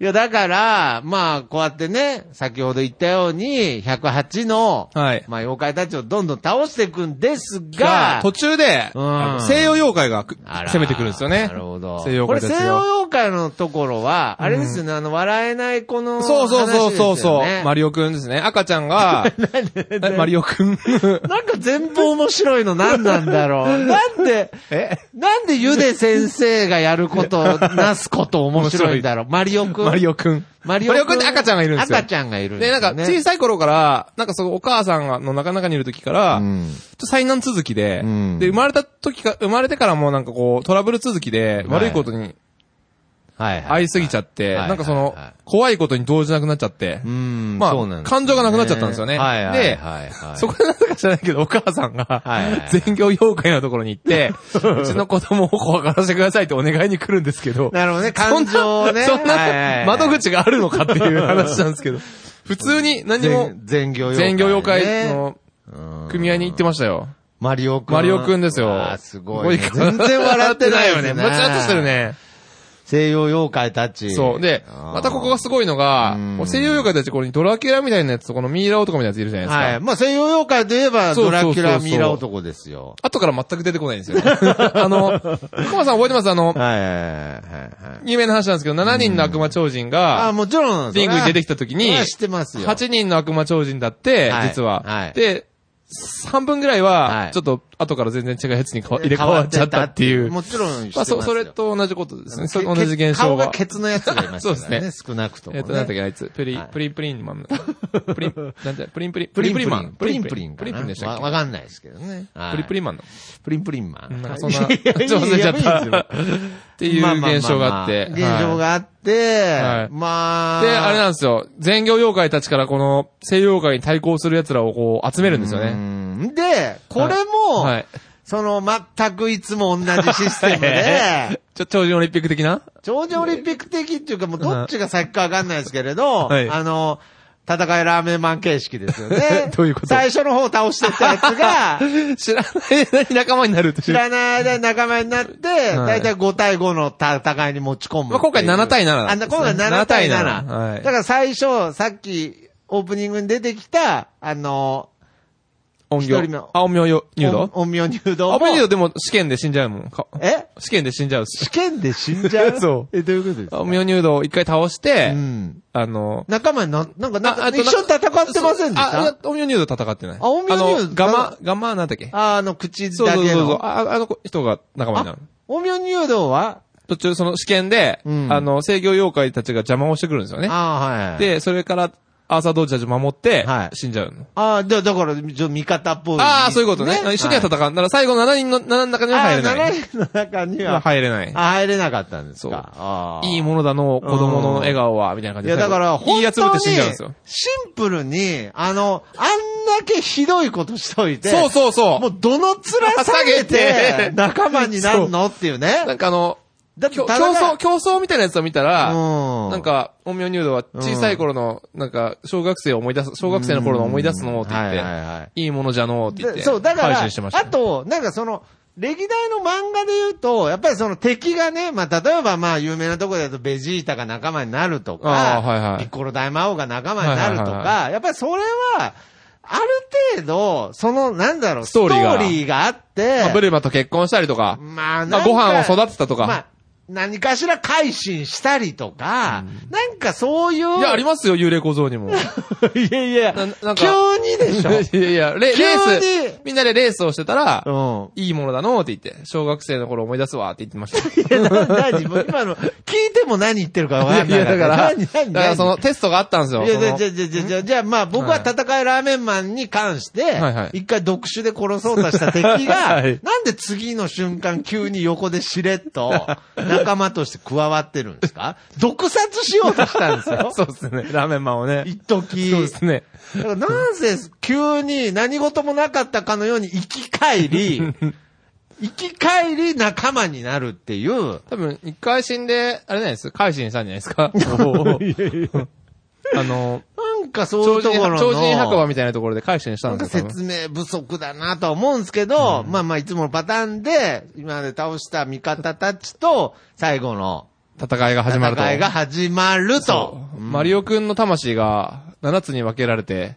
Speaker 1: いや、だから、まあ、こうやってね、先ほど言ったように、108の、
Speaker 2: はい
Speaker 1: まあ、妖怪たちをどんどん倒していくんです
Speaker 2: が
Speaker 1: が、、
Speaker 2: 途中で、
Speaker 1: うん
Speaker 2: あの西洋妖怪がく
Speaker 1: あら
Speaker 2: 攻めてくるんですよね。
Speaker 1: なるほど。
Speaker 2: 西洋
Speaker 1: これ
Speaker 2: 妖怪た
Speaker 1: 西
Speaker 2: ち
Speaker 1: 洋
Speaker 2: が。
Speaker 1: 妖怪のところは、あれですよね、あの、笑えないこの、
Speaker 2: そうそうそうそうそう、
Speaker 1: 話ですよね
Speaker 2: マリオくんですね。赤ちゃん が、えマリオくん。
Speaker 1: なんか全部面白いの何なんだろ う。なんで、
Speaker 2: え
Speaker 1: なんでゆで先生がやること、なすこと面白いんだ ろう。マリオくん。
Speaker 2: マリオくん。
Speaker 1: マリオ
Speaker 2: マリオくんって赤ちゃんがいるんですよ
Speaker 1: 赤ちゃんがいるん
Speaker 2: で、なんか、小さい頃から、なんかそのお母さんが、のなかなかにいる時から、
Speaker 1: うん
Speaker 2: ちょっと災難続きで、
Speaker 1: うん
Speaker 2: で、生まれた時か、生まれてからもなんかこう、トラブル続きで、
Speaker 1: はい
Speaker 2: 悪いことに
Speaker 1: はいはい。
Speaker 2: 会いすぎちゃって、
Speaker 1: はい
Speaker 2: なんかその、
Speaker 1: はいはい
Speaker 2: 怖いことに動じなくなっちゃって、
Speaker 1: うん、
Speaker 2: まあ
Speaker 1: そうなんですね
Speaker 2: 感情がなくなっちゃったんですよね
Speaker 1: はいはい
Speaker 2: で
Speaker 1: はいはい。
Speaker 2: そこでなぜか知らないけど、お母さんが
Speaker 1: はいはいは、い
Speaker 2: 全業妖怪のところに 行って、うちの子供を怖がらせてくださいってお願いに来るんですけど、
Speaker 1: なるほどね、
Speaker 2: そ
Speaker 1: 感
Speaker 2: んな
Speaker 1: 情をね。
Speaker 2: そん
Speaker 1: はいはいは
Speaker 2: な、
Speaker 1: い
Speaker 2: 窓口があるのかっていう話なんですけど、普通に何も、
Speaker 1: 全全業妖怪、ね。
Speaker 2: 全業妖怪の
Speaker 1: うん
Speaker 2: 組合に行ってましたよ。
Speaker 1: マリオくん。
Speaker 2: マリオくんですよ。
Speaker 1: あーすごいね。
Speaker 2: ここ行
Speaker 1: 全
Speaker 2: く
Speaker 1: 然笑ってない よね。
Speaker 2: むちゃっとしてる。ね。
Speaker 1: 西洋妖怪たち。
Speaker 2: そう。で、
Speaker 1: あー
Speaker 2: またここがすごいのが
Speaker 1: うん、
Speaker 2: 俺西洋妖怪たち、これにドラキュラみたいなやつとこのミイラ男みたいなやついるじゃないですか。
Speaker 1: はい。まあ、西洋妖怪といえば、
Speaker 2: そ
Speaker 1: ド
Speaker 2: うそうそう
Speaker 1: ラ
Speaker 2: そう
Speaker 1: キュラミイラ男ですよ。
Speaker 2: 後から全く出てこないん ですよ。あの、コマさん覚えてますあ
Speaker 1: は
Speaker 2: の、
Speaker 1: いはいはいはい。
Speaker 2: 有名な話なんですけど、7人の悪魔超人
Speaker 1: ああ、
Speaker 2: が、
Speaker 1: もちろん。
Speaker 2: リングに出て
Speaker 1: き
Speaker 2: きた時に、
Speaker 1: 知ってますよ。
Speaker 2: 8人の悪魔超人だって
Speaker 1: はい、
Speaker 2: 実は。
Speaker 1: はい
Speaker 2: で、半分ぐらい
Speaker 1: は、
Speaker 2: はいちょっと後から全然違うやつに変わ入れ替わっちゃったっていう。
Speaker 1: もちろん知ってますよ。
Speaker 2: まあ、そ、それと同じことですね。そ
Speaker 1: け
Speaker 2: 同じ現
Speaker 1: 顔
Speaker 2: 象
Speaker 1: が
Speaker 2: が。
Speaker 1: ケツのやつがいましたか
Speaker 2: そう
Speaker 1: ら
Speaker 2: で
Speaker 1: ね。少なくとも
Speaker 2: え
Speaker 1: ね。
Speaker 2: っと、なんだっけ、あいつ。プリ
Speaker 1: はい、
Speaker 2: プリンプリンマン。 プリン、なんて、プリンプリン、
Speaker 1: プ
Speaker 2: プ
Speaker 1: リ
Speaker 2: リ
Speaker 1: ンプリ
Speaker 2: ンプリ
Speaker 1: ン
Speaker 2: ン
Speaker 1: マ
Speaker 2: マ
Speaker 1: ン。
Speaker 2: ン。
Speaker 1: プ
Speaker 2: プ
Speaker 1: リ
Speaker 2: リ
Speaker 1: ン
Speaker 2: ン
Speaker 1: プ
Speaker 2: プ
Speaker 1: リ
Speaker 2: リ
Speaker 1: ン
Speaker 2: ン。
Speaker 1: か
Speaker 2: プ
Speaker 1: な
Speaker 2: リンプリンでした
Speaker 1: わ
Speaker 2: っ
Speaker 1: わかんないですけどね。
Speaker 2: けプリンプ
Speaker 1: リン。
Speaker 2: リンマンの。
Speaker 1: プリンプリンマン。
Speaker 2: なんかそん な、ちょっと忘れちゃった。っていう現象があって。
Speaker 1: 現象
Speaker 2: っ
Speaker 1: があって
Speaker 2: はい、
Speaker 1: まあ。
Speaker 2: で、あれなんですよ。全業妖怪たちからこの西洋妖怪に対抗する奴らをこう集めるんですよね。
Speaker 1: うんで、これも、
Speaker 2: はい。
Speaker 1: その、全くいつも同じシステム
Speaker 2: え
Speaker 1: で、
Speaker 2: ちょ、超人オリンピック的な
Speaker 1: 頂上オリンピック的っていうか、もうどっちが先かわかんないですけれど、
Speaker 2: はい。
Speaker 1: あの、戦いラーメンマン形式ですよね
Speaker 2: どういうこと
Speaker 1: 最初の方倒してったやつが、
Speaker 2: 知らない間に仲間になるっていう
Speaker 1: 知らない間に仲間になって、だいたい5対5の戦いに持ち込むっていう。
Speaker 2: まあ今回7対7だ
Speaker 1: あな今回7対7。
Speaker 2: 7はい
Speaker 1: だから最初、さっき、オープニングに出てきた、あの、
Speaker 2: 音
Speaker 1: 一人目
Speaker 2: 量。あ、音量よ入道
Speaker 1: お陰陽入道も。
Speaker 2: あ、音量でも試験で死んじゃうもん。か
Speaker 1: え
Speaker 2: 試験で死んじゃうっす
Speaker 1: 試験で死んじゃう
Speaker 2: そう
Speaker 1: え、どういうことですか
Speaker 2: 音量入道を一回倒し
Speaker 1: う
Speaker 2: て、
Speaker 1: ん。
Speaker 2: あの、
Speaker 1: 仲間にな、なんか、なん
Speaker 2: あ
Speaker 1: か
Speaker 2: あと
Speaker 1: 一
Speaker 2: な
Speaker 1: 緒に戦ってませんでした
Speaker 2: あ、い
Speaker 1: あ
Speaker 2: や音量入道戦ってない。
Speaker 1: あ陰陽入道
Speaker 2: あのガマ、ガマなんだっけ
Speaker 1: あの、口
Speaker 2: そう
Speaker 1: だ
Speaker 2: そう
Speaker 1: け
Speaker 2: そうそう。
Speaker 1: の。
Speaker 2: ああの子人が仲間になる。
Speaker 1: おみょ入道は
Speaker 2: 途中その試験で、
Speaker 1: うん
Speaker 2: あの、制御妖怪たちが邪魔をしてくるんですよね。
Speaker 1: ああ、はい。、
Speaker 2: で、それから、アーサー同士たちを守って、
Speaker 1: はい
Speaker 2: 死んじゃうの。
Speaker 1: ああ、だだから、ちょっと味方っぽい。
Speaker 2: ああ、そういうことね。一緒には戦う。だから最後の7人の、7の中には
Speaker 1: は
Speaker 2: 入
Speaker 1: い
Speaker 2: れ
Speaker 1: あ
Speaker 2: な
Speaker 1: あ、
Speaker 2: い。
Speaker 1: 7人の中に
Speaker 2: は
Speaker 1: は
Speaker 2: 入れない。
Speaker 1: あ、入れなかったんです
Speaker 2: そう
Speaker 1: か。ああ
Speaker 2: いいものだの、子供の笑顔は、みたいな感
Speaker 1: い
Speaker 2: じで。
Speaker 1: や、だから、
Speaker 2: いい
Speaker 1: 本
Speaker 2: やつぶっ
Speaker 1: 当
Speaker 2: て
Speaker 1: に、
Speaker 2: 死んじゃうんです
Speaker 1: シ
Speaker 2: よ。
Speaker 1: ンプルに、あの、あんだけひどいことしといて、
Speaker 2: そうそうそう。
Speaker 1: もう、どの面下げ
Speaker 2: 下
Speaker 1: て
Speaker 2: げて、
Speaker 1: 仲間になるのっていうね。
Speaker 2: なんかあの、
Speaker 1: だ
Speaker 2: 競競争、競争みたいなやつを見たら、
Speaker 1: うん
Speaker 2: なんか、陰陽入道は小さい頃の、なんか、小学生を思い出す、小学生の頃の思い出すのをって言っ
Speaker 1: うんはいはいは
Speaker 2: て、いいものじゃのうって言って、
Speaker 1: でそう、だか
Speaker 2: 配
Speaker 1: ら、
Speaker 2: 信してました
Speaker 1: あ
Speaker 2: ね。
Speaker 1: と、なんかその、歴代の漫画で言うと、やっぱりその敵がね、まあ、例えばまあ、有名なところだと、ベジータが仲間になるとか、
Speaker 2: あーはいはい
Speaker 1: ピッコロ大魔王が仲間になるとか、
Speaker 2: はいはいは
Speaker 1: やっぱりそれは、ある程度、その、なんだろう、
Speaker 2: ストーリーが
Speaker 1: ストーリーがあって、
Speaker 2: まあブルマと結婚したりとか、
Speaker 1: まあ、
Speaker 2: ま
Speaker 1: な
Speaker 2: あ
Speaker 1: んか
Speaker 2: ご飯を育てたとか
Speaker 1: まあ、何かしら改心したりとか、なんかそういう。
Speaker 2: いや、ありますよ、幽霊小僧に も。
Speaker 1: いやいや
Speaker 2: ななんか
Speaker 1: 急にで しょ。
Speaker 2: いやいや、レレ
Speaker 1: 急に
Speaker 2: ース、みんなでレースをしてたら、
Speaker 1: うん。
Speaker 2: いいものだのうって言って、小学生の頃思い出すわって言ってました。
Speaker 1: いや、な、何もう今の、聞いても何言ってるか分かん
Speaker 2: い
Speaker 1: ない。
Speaker 2: や、だから、
Speaker 1: 何、何、何
Speaker 2: だからそのテストがあったんですよ。
Speaker 1: いや、
Speaker 2: そ
Speaker 1: じゃ
Speaker 2: の
Speaker 1: あ、じゃあ、じゃあじゃあじゃあ、じゃあ、まあ、僕は戦いラーメンマンに関して
Speaker 2: はいはい、
Speaker 1: 一回毒手で殺そうとした敵が、
Speaker 2: はい。
Speaker 1: なんで次の瞬間急に横でしれっと 仲間として加わってるんですか毒殺しようとしたんですよ
Speaker 2: そうですね。ラーメンマンをね。
Speaker 1: 一時
Speaker 2: そうですね。
Speaker 1: だからなんせ急に何事もなかったかのように生き返 り、生き返り仲間になるっていう、
Speaker 2: 多分、一回死んで、あれないです改心したんじゃない ですかあの、
Speaker 1: なんかそうい
Speaker 2: 超
Speaker 1: うと
Speaker 2: 人、
Speaker 1: ころの。
Speaker 2: 超人白馬みたいなところで改心した
Speaker 1: なんん
Speaker 2: で
Speaker 1: か
Speaker 2: すよ。多分
Speaker 1: 説明不足だなとは思うんですけど、まあまあいつものパターンで、今まで倒した味方たちと、最後の
Speaker 2: 戦いが始まると。
Speaker 1: 戦いが始まると
Speaker 2: そ。うマリオくんの魂が7つに分けられて、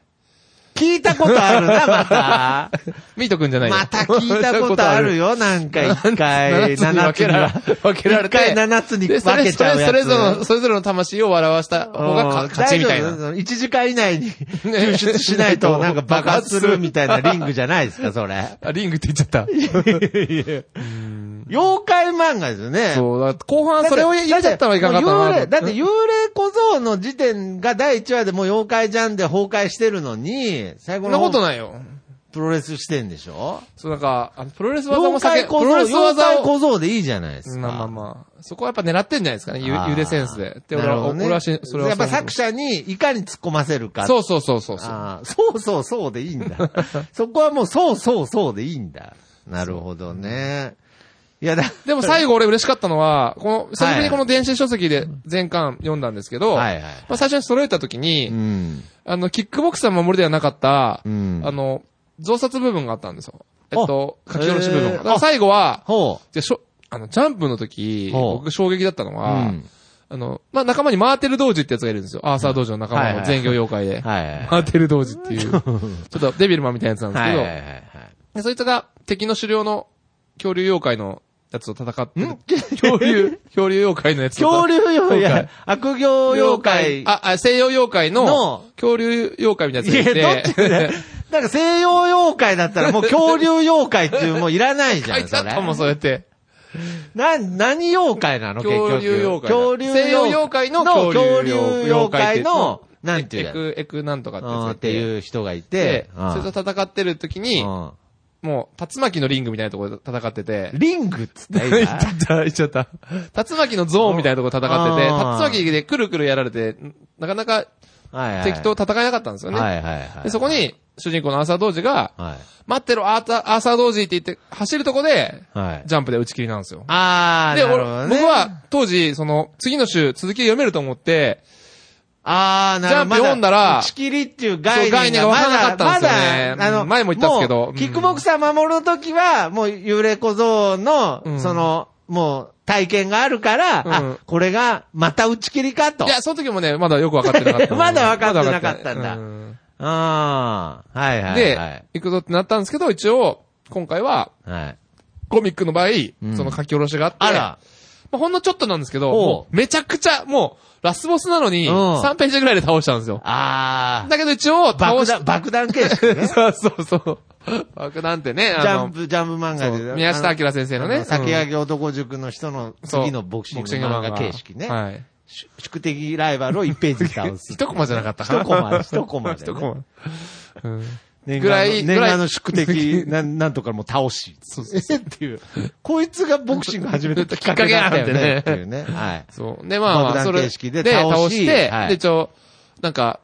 Speaker 1: 聞いたことあるな、また。
Speaker 2: ミートくんじゃないよ
Speaker 1: また聞いたことあ る。よ、なんか一回。
Speaker 2: 7つに分けられ分けられて。
Speaker 1: 一回7つに
Speaker 2: でそれ
Speaker 1: 分けちゃうやつ
Speaker 2: それそれぞれの、それぞれの魂を笑わした方がか勝ちみたいな。
Speaker 1: 1時間以内に 救出しないとなんか爆発するみたいなリングじゃないですか、それ。
Speaker 2: あ、リングって言っちゃった。
Speaker 1: 妖怪漫画ですよね。
Speaker 2: そう、だから後半それを言っちゃったのはいかんかった
Speaker 1: もう幽
Speaker 2: な
Speaker 1: 霊だって幽霊小僧の時点が第1話でもう妖怪じゃんで崩壊してるのに、最後
Speaker 2: そんな
Speaker 1: の
Speaker 2: こと
Speaker 1: 方
Speaker 2: ないよ。
Speaker 1: プロレスしてんでしょ
Speaker 2: そう、なんか、あのプロレス技
Speaker 1: 妖
Speaker 2: も避け
Speaker 1: 怪小
Speaker 2: プロ
Speaker 1: 僧、
Speaker 2: レス
Speaker 1: 妖怪
Speaker 2: 技を、
Speaker 1: 小僧でいいじゃないですか。
Speaker 2: まあまあまあ、そこはやっぱ狙ってんじゃないですかね、ゆ
Speaker 1: あー
Speaker 2: ゆでセンスで。で、
Speaker 1: な
Speaker 2: 俺
Speaker 1: るほ
Speaker 2: は、
Speaker 1: どね
Speaker 2: 俺はし、それは
Speaker 1: やっぱ
Speaker 2: そう思う
Speaker 1: 作者にいかに突っ込ませるか。
Speaker 2: そうそうそうそうそう。
Speaker 1: あーそうそうそうでいいん だ。そこはもうそうそうそうでいいんだ。なるほどね。いやだ、
Speaker 2: でも最後俺嬉しかったのは、この、久しぶりにこの電子書籍で全巻読んだんですけど、
Speaker 1: はいはい
Speaker 2: まあ最初に揃えた時
Speaker 1: う
Speaker 2: に、
Speaker 1: ん。
Speaker 2: あの、キックボクサー守りではなかった、
Speaker 1: うん
Speaker 2: あの、増刷部分があったんですよ。えっと、
Speaker 1: あ
Speaker 2: 書き下ろし部分
Speaker 1: へー
Speaker 2: が。だから最後は、
Speaker 1: ほ
Speaker 2: でしょ、あの、ジャンプの時、
Speaker 1: ほう
Speaker 2: 僕衝撃だったの
Speaker 1: う。
Speaker 2: は、
Speaker 1: うん
Speaker 2: あの、まあ、仲間に回ってる道士ってやつがいるんですよ。アーサー道士の仲間の全業妖怪で。
Speaker 1: はいはいはい。
Speaker 2: 回ってる道士 っていう、ちょっとデビルマンみたいなやつなんです
Speaker 1: は
Speaker 2: け
Speaker 1: い
Speaker 2: ど、
Speaker 1: はいはいはい。
Speaker 2: でそいつが敵の狩猟の恐竜妖怪のやつと戦ってる
Speaker 1: ん、
Speaker 2: 恐竜、恐竜妖怪のやつと
Speaker 1: 恐竜妖
Speaker 2: 妖
Speaker 1: 怪
Speaker 2: 怪、
Speaker 1: 悪行妖怪。
Speaker 2: あ、あ西洋妖怪の
Speaker 1: の、
Speaker 2: 恐竜妖怪みたい
Speaker 1: い
Speaker 2: なやつ
Speaker 1: や、
Speaker 2: が
Speaker 1: どっ
Speaker 2: い
Speaker 1: ち
Speaker 2: て、
Speaker 1: だよなんか西洋妖怪だったらもう恐竜妖怪っていうもういらないじゃ
Speaker 2: あい
Speaker 1: ん、
Speaker 2: つ
Speaker 1: そ
Speaker 2: だっ
Speaker 1: れ
Speaker 2: た。もん、そうやって。
Speaker 1: な、何妖怪なの結局。
Speaker 2: 恐竜妖怪だ
Speaker 1: 恐竜
Speaker 2: 西洋妖怪の恐
Speaker 1: 恐
Speaker 2: 竜
Speaker 1: 竜
Speaker 2: 妖
Speaker 1: 妖
Speaker 2: 怪って
Speaker 1: 怪
Speaker 2: いうの
Speaker 1: の、なんていう
Speaker 2: エ
Speaker 1: やつ
Speaker 2: ク、エクなんとかってやつ
Speaker 1: うん
Speaker 2: が
Speaker 1: っ
Speaker 2: いて
Speaker 1: ていう人がい
Speaker 2: で
Speaker 1: て、、うん
Speaker 2: それと戦ってる時に、
Speaker 1: う
Speaker 2: もう、竜巻のリングみたいなところで戦ってて
Speaker 1: ん、リングっつった
Speaker 2: 言っちゃ
Speaker 1: 今
Speaker 2: った、言っちゃった。竜巻のゾーンみたいなところで戦ってて、竜
Speaker 1: あー
Speaker 2: 巻でくるくるやられて、なかなか
Speaker 1: はいはい
Speaker 2: 敵と戦えなかったんですよね。
Speaker 1: はいはいはい。
Speaker 2: でそこ、に、主人公のアーサー童子が、
Speaker 1: は
Speaker 2: 待ってろ、アーサー、アーサー童子って言って、走るとこで、
Speaker 1: い。はい。
Speaker 2: ジャンプで打ち切りなんですよ。
Speaker 1: あー、
Speaker 2: で、
Speaker 1: な
Speaker 2: 俺
Speaker 1: るほどね。
Speaker 2: 僕、は、当時、その、次の週、続き読めると思って、
Speaker 1: あー、なるほど。
Speaker 2: ジャンプ読んだら
Speaker 1: ま打ち切りっていう概念が
Speaker 2: そう概念が
Speaker 1: ま
Speaker 2: わ
Speaker 1: だ
Speaker 2: からなかったんですよね
Speaker 1: まだ、あ
Speaker 2: う
Speaker 1: の、
Speaker 2: ん前も言ったんですけど
Speaker 1: もう
Speaker 2: うん
Speaker 1: キックボクサー守るときは、もう幽霊小僧の、
Speaker 2: うん
Speaker 1: その、もう、体験があるから、
Speaker 2: う
Speaker 1: あ
Speaker 2: ん、
Speaker 1: これが、また打ち切りかと。
Speaker 2: いや、その時もね、まだよくわかってなかったの。
Speaker 1: まだわかってなかったんだ
Speaker 2: まわかって
Speaker 1: あー、はい
Speaker 2: な
Speaker 1: はいい。
Speaker 2: で、
Speaker 1: はい。
Speaker 2: 行くぞってなったんですけど、一応、今回は、
Speaker 1: はい、
Speaker 2: コミックの場合、
Speaker 1: うん
Speaker 2: その書き下ろしがあって、
Speaker 1: あら、
Speaker 2: まあ、ほんのちょっとなんですけど、
Speaker 1: おう
Speaker 2: もうめちゃくちゃ、もう、ラスボスなのに、
Speaker 1: うん
Speaker 2: 3ページぐらいで倒したんですよ。
Speaker 1: あ
Speaker 2: だけど一応、
Speaker 1: ー、
Speaker 2: 倒
Speaker 1: 爆
Speaker 2: し。
Speaker 1: 弾、爆弾形式ね
Speaker 2: そうそうそう。爆弾ってね、
Speaker 1: ジャ
Speaker 2: あ
Speaker 1: ン
Speaker 2: の、
Speaker 1: プ、ジャンプ漫画
Speaker 2: そ
Speaker 1: で。
Speaker 2: う宮下
Speaker 1: あの
Speaker 2: 明先生の
Speaker 1: あ
Speaker 2: ね、
Speaker 1: の先上げ男塾の人の次のボクシング漫画形式ね。
Speaker 2: はい。
Speaker 1: し宿敵ライバルを1ページ倒す。
Speaker 2: 一コマじゃなかったかな
Speaker 1: 一コ マ、一コマで、ね。
Speaker 2: 一コマ。うん。
Speaker 1: 年
Speaker 2: ぐら
Speaker 1: 間の
Speaker 2: いぐ
Speaker 1: 念
Speaker 2: らい
Speaker 1: 願の宿 敵、なん、なんとかもう倒し。
Speaker 2: そうそう
Speaker 1: えっていう。こいつがボクシング始めたきっかけだったよね。っていうね。はい。
Speaker 2: そう。で、まあまあ、
Speaker 1: 爆弾
Speaker 2: それ
Speaker 1: 形式で倒し
Speaker 2: して、
Speaker 1: はい
Speaker 2: で、一応、なんか、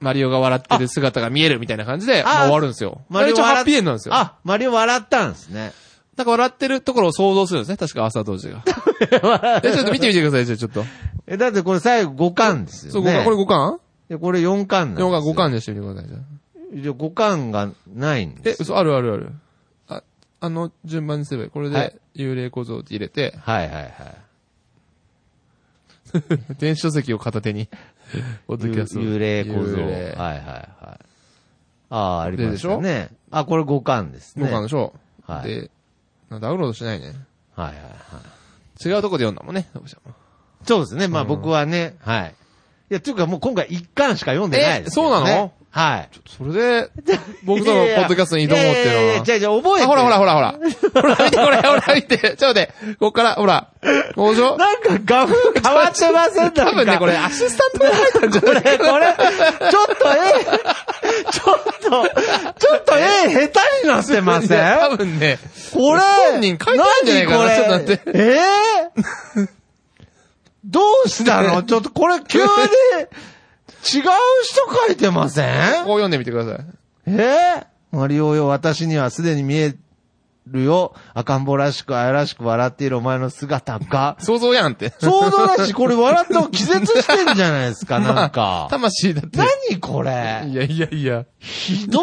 Speaker 2: マリオが笑ってる姿が見えるみたいな感じで、
Speaker 1: あ
Speaker 2: まあ終わるんですよ。マ
Speaker 1: マ
Speaker 2: リ
Speaker 1: リオ
Speaker 2: オ一応
Speaker 1: 笑っ
Speaker 2: ハッピーエンドなんですよ。
Speaker 1: あ、マリオ笑ったんですね。
Speaker 2: なんか笑ってるところを想像するんですね。確か朝当時が。えちょっと見てみてください、じゃあちょっと。
Speaker 1: え、だってこれ最後5巻です
Speaker 2: そ
Speaker 1: よ
Speaker 2: う、五
Speaker 1: ね。
Speaker 2: 巻、これ5巻
Speaker 1: れこれ4巻なんですよ。
Speaker 2: ?4 巻、5巻でしてみてください、じゃあ。
Speaker 1: じゃ5巻がないん
Speaker 2: え
Speaker 1: で、す。
Speaker 2: 嘘、あるあるある。あ、あの、順番にすればいい。これ
Speaker 1: はい
Speaker 2: で、幽霊小僧って入れて、
Speaker 1: はいはいはい。
Speaker 2: 電子書籍を片手に、ポッドキャストを
Speaker 1: 幽霊構造。
Speaker 2: 幽
Speaker 1: はい
Speaker 2: 霊
Speaker 1: はいはい。ああ、ありましたね。あ、これ5巻ですね。
Speaker 2: 5巻でしょ
Speaker 1: はい
Speaker 2: で、ダウンロードしないね。
Speaker 1: はいはいはい。
Speaker 2: 違うとこで読んだもんね、どうしても
Speaker 1: そうですね。まあ
Speaker 2: うん
Speaker 1: 僕はね、はい。いや、というかもう今回一巻しか読んでないですけど、ね。
Speaker 2: えそうなの
Speaker 1: はい。
Speaker 2: それで、僕との
Speaker 1: いや
Speaker 2: ポ
Speaker 1: いや
Speaker 2: ッドキャストに挑もうって
Speaker 1: いやいや
Speaker 2: い
Speaker 1: いうや
Speaker 2: の
Speaker 1: じ
Speaker 2: は。
Speaker 1: ゃあじゃあ覚えて
Speaker 2: あ
Speaker 1: る。
Speaker 2: ほらほらほらほら。ほら見て、これ、ほら見て。ちょっと待って。こっから、ほら。こうでしょ
Speaker 1: なんか画風変わってません
Speaker 2: 多分ね、これ、アシスタントが入ったんじゃな
Speaker 1: こ
Speaker 2: い
Speaker 1: れ、これ、ちょっと絵、ちょっと、ちょっと絵下手になってませ
Speaker 2: いや 多
Speaker 1: ん
Speaker 2: 分ね。
Speaker 1: これ、
Speaker 2: 本人書いてんじゃないかなちょっと待
Speaker 1: 何
Speaker 2: っ
Speaker 1: これ。えー、どうしたのちょっとこれ急に違う人書いてません
Speaker 2: こう読んでみてください。
Speaker 1: えー、マリオよ、私にはすでに見えるよ。赤ん坊らしく、あやらしく笑っているお前の姿 が。
Speaker 2: 想像やんって。
Speaker 1: 想像だし、これ笑っても気絶してんじゃないですか、 なんか。
Speaker 2: 魂だって。
Speaker 1: 何こ
Speaker 2: い
Speaker 1: れ
Speaker 2: やいやいや。
Speaker 1: ひどっ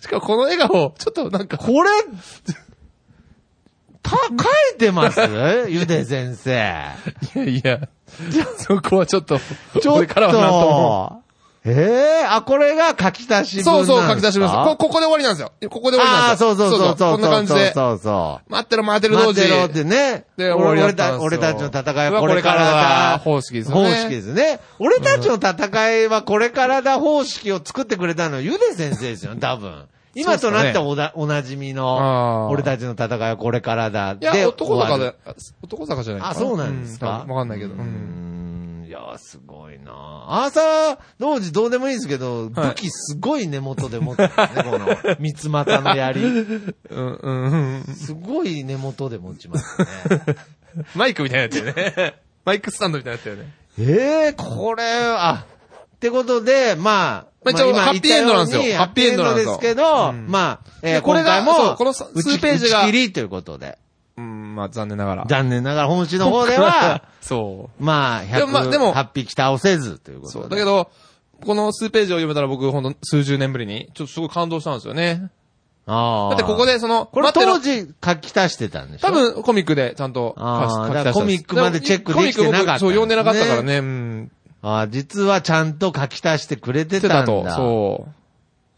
Speaker 2: しかもこの笑顔、ちょっとなんか、
Speaker 1: これ、た、書いてますゆで先生。
Speaker 2: いやいや。そこはちょっと、
Speaker 1: ちょ
Speaker 2: これ
Speaker 1: っ
Speaker 2: からはなんとも。
Speaker 1: と。ええあ、これが書き足し文なんで
Speaker 2: そう
Speaker 1: すか
Speaker 2: そう、書き出します。こ、ここで終わりなんですよ。ここで終わり
Speaker 1: あ
Speaker 2: なん
Speaker 1: あ、
Speaker 2: ですよ。
Speaker 1: そうそうそうそう。
Speaker 2: こんな感じで。
Speaker 1: そうそう。
Speaker 2: 待ってろ、待ってろ、
Speaker 1: 待
Speaker 2: 同
Speaker 1: っ
Speaker 2: 時
Speaker 1: てろってね。
Speaker 2: で
Speaker 1: 俺
Speaker 2: 終わ
Speaker 1: 俺
Speaker 2: りだった
Speaker 1: た
Speaker 2: ん
Speaker 1: 俺
Speaker 2: ですよ
Speaker 1: たちの戦いはこ
Speaker 2: これ
Speaker 1: れ
Speaker 2: か
Speaker 1: からら
Speaker 2: だ
Speaker 1: だ。
Speaker 2: 方式ですよね
Speaker 1: 方式ですね。俺たちの戦いはこれからだ方式を作ってくれたのはゆで先生です よ、多分。今となってはおだおなじみ
Speaker 2: あー
Speaker 1: の、俺たちの戦いはこれからだ。
Speaker 2: いや、男坂
Speaker 1: 終わ
Speaker 2: で
Speaker 1: る。、
Speaker 2: 男坂じゃないか
Speaker 1: あ、そうなんですか。
Speaker 2: うわかんないけど。う
Speaker 1: うんん。いや、すごいな朝、同時どうでもいいですけど、
Speaker 2: はい
Speaker 1: 武器すごい根元で持ってますね、この、 三つ股の槍。
Speaker 2: うん、うん。
Speaker 1: すごい根元で持ちますね。
Speaker 2: マイクみたいになったよね。 マイクスタンドみたいになったよね。
Speaker 1: ええこれ、あ、ってことで、まあ、
Speaker 2: まあ一応
Speaker 1: 今
Speaker 2: ハッピーエンドなんですよ
Speaker 1: 言ったように
Speaker 2: ハッピーエンドなんですよ
Speaker 1: ハッピーエンドですけど、まあ、え
Speaker 2: で
Speaker 1: ー、
Speaker 2: こ
Speaker 1: こ
Speaker 2: れ
Speaker 1: れ
Speaker 2: が
Speaker 1: が
Speaker 2: そ
Speaker 1: も
Speaker 2: う
Speaker 1: う、
Speaker 2: このさ数ページが
Speaker 1: 打ち切りということで。
Speaker 2: うん、まあ残念ながら。
Speaker 1: 残念ながら、本誌 の方では、
Speaker 2: そ
Speaker 1: まあ、
Speaker 2: でもまあでも
Speaker 1: 108匹倒せずということ
Speaker 2: う。そ
Speaker 1: で。
Speaker 2: う。だけど、この数ページを読めたら僕、ほんと数十年ぶりに、ちょっとすごい感動したんですよね。
Speaker 1: ああ。
Speaker 2: だってここ、でその、
Speaker 1: これ
Speaker 2: 待ってろ
Speaker 1: 当時書き足してたんでしょ
Speaker 2: 多分コミックでちゃんと
Speaker 1: あー
Speaker 2: 書
Speaker 1: だか
Speaker 2: き出した
Speaker 1: ら
Speaker 2: んす
Speaker 1: コミックまでチェックできてなかったんですね
Speaker 2: コミック僕そう、読んでなかったからね。うん。
Speaker 1: ああ、実はちゃんと書き足してくれて
Speaker 2: 出て
Speaker 1: た
Speaker 2: た
Speaker 1: ん
Speaker 2: と。
Speaker 1: だ。
Speaker 2: そう。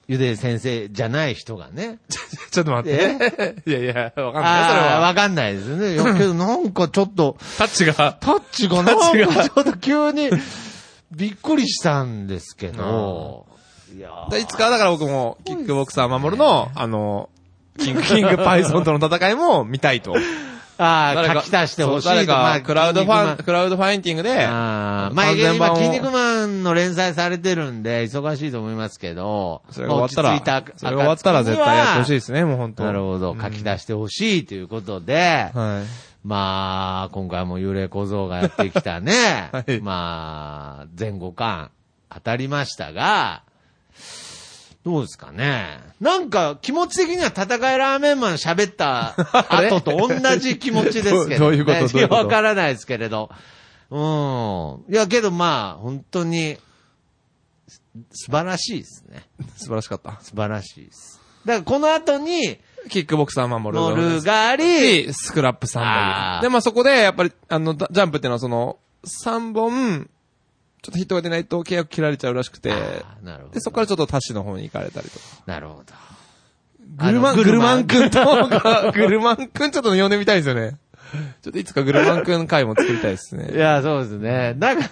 Speaker 1: ゆで先生じゃない人がね。
Speaker 2: ちょっと待って。いやいや、わかんない。それ
Speaker 1: ああ、
Speaker 2: は。
Speaker 1: わかんないですね。 いやけどなんかちょっと、
Speaker 2: タッチが。
Speaker 1: タッチがなん
Speaker 2: タッチ
Speaker 1: か
Speaker 2: が
Speaker 1: ちょっと急にびっくりしたんですけ ど。いやー
Speaker 2: いつかだから僕も、キックボクサー守る の、あの、キング、キングパイソンとの戦いも見たいと。
Speaker 1: あ
Speaker 2: 誰
Speaker 1: あ、
Speaker 2: か
Speaker 1: 書き足してほしいと。
Speaker 2: そう誰
Speaker 1: まあ
Speaker 2: か、クラウドファン、
Speaker 1: 筋肉
Speaker 2: クラウドファインティングで、
Speaker 1: マンあーまあ、
Speaker 2: 完全版
Speaker 1: 今、
Speaker 2: を
Speaker 1: 筋肉マンの連載されてるんで、忙しいと思いますけど、
Speaker 2: それが終わった
Speaker 1: まあ落ち
Speaker 2: ら
Speaker 1: 着い、
Speaker 2: それが終わったら絶対やってほしい
Speaker 1: い。
Speaker 2: ですね、もう本当
Speaker 1: なるほど、書き出してほしいということで、
Speaker 2: はい。、
Speaker 1: まあ、今回も幽霊小僧がやってきたね
Speaker 2: はい
Speaker 1: まあ、前後巻、当たりましたが、どうですかね。なんか、気持ち的には戦いラーメンマン喋 った後と同じ気持ちですけど、ね。
Speaker 2: どういう ことどういうこと
Speaker 1: やわからないですけれど。うん。いや、けどまあ、本当に、す素晴らしいですね。
Speaker 2: 素晴らしかった。
Speaker 1: 素晴らしいです。だから、この後に、
Speaker 2: キックボクサー守る。
Speaker 1: ノルがあり、
Speaker 2: でスクラップ3
Speaker 1: あ
Speaker 2: 本。
Speaker 1: ー
Speaker 2: で、まあそこで、やっぱり、あの、だジャンプっていうのはその、3本、ちょっとヒットが出ないと契約切られちゃうらしくて、
Speaker 1: あーなるほど
Speaker 2: で、そこからちょっとタッシの方に行かれたりとか。
Speaker 1: なるほど。
Speaker 2: グルマン、
Speaker 1: あの
Speaker 2: グルマンくんとか、グルマンくんちょっと呼んでみたいですよね。ちょっといつかグルマンくん回も作りたいです
Speaker 1: い
Speaker 2: ね。
Speaker 1: や、そうですね。なんか、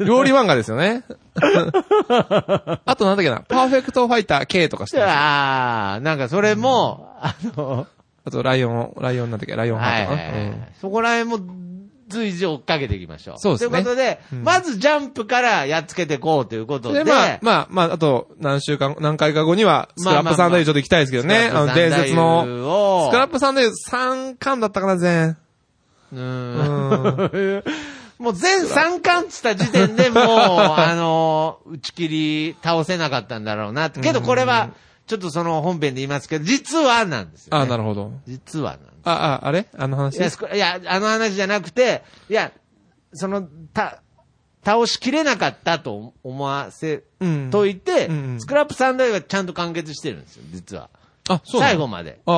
Speaker 2: 料理漫画ですよね。 あとなんだっけな、パーフェクトファイター K とかしてます
Speaker 1: ああ、なんかそれも、あの、
Speaker 2: あとライオン、ライオンなんだっけ、ライオンハ
Speaker 1: は
Speaker 2: ー
Speaker 1: い
Speaker 2: ト
Speaker 1: は
Speaker 2: か
Speaker 1: いは
Speaker 2: な。
Speaker 1: い
Speaker 2: うん
Speaker 1: そこら辺も随時追っかけていきましょう。
Speaker 2: そうですね
Speaker 1: ということで、まずジャンプからやっつけていこうということで、
Speaker 2: で、まあ、まあ、まあ、あと、何週間、何回か後には、スクラッ
Speaker 1: まあまあまあ
Speaker 2: プサンダイちょっと行きたいですけどね。あの、伝説の、ス
Speaker 1: の
Speaker 2: クラップサンダイ3巻だったかな、全。
Speaker 1: う ーん。もう全3巻っつった時点 でもう、あの、打ち切り倒せなかったんだろうなって。けどこれは、ちょっとその本編で言いますけど、実はなんですよ、ね。
Speaker 2: あ、なるほど。
Speaker 1: 実はなんです
Speaker 2: あ、あ、あれあの話
Speaker 1: いや、そこいや、あの話じゃなくて、いや、その、た、倒しきれなかったと思わせ
Speaker 2: うん
Speaker 1: といて、
Speaker 2: うんうん
Speaker 1: スクラップ三代はちゃんと完結してるんですよ、実は。
Speaker 2: あ、そうな
Speaker 1: 最
Speaker 2: の
Speaker 1: 後まで。
Speaker 2: あ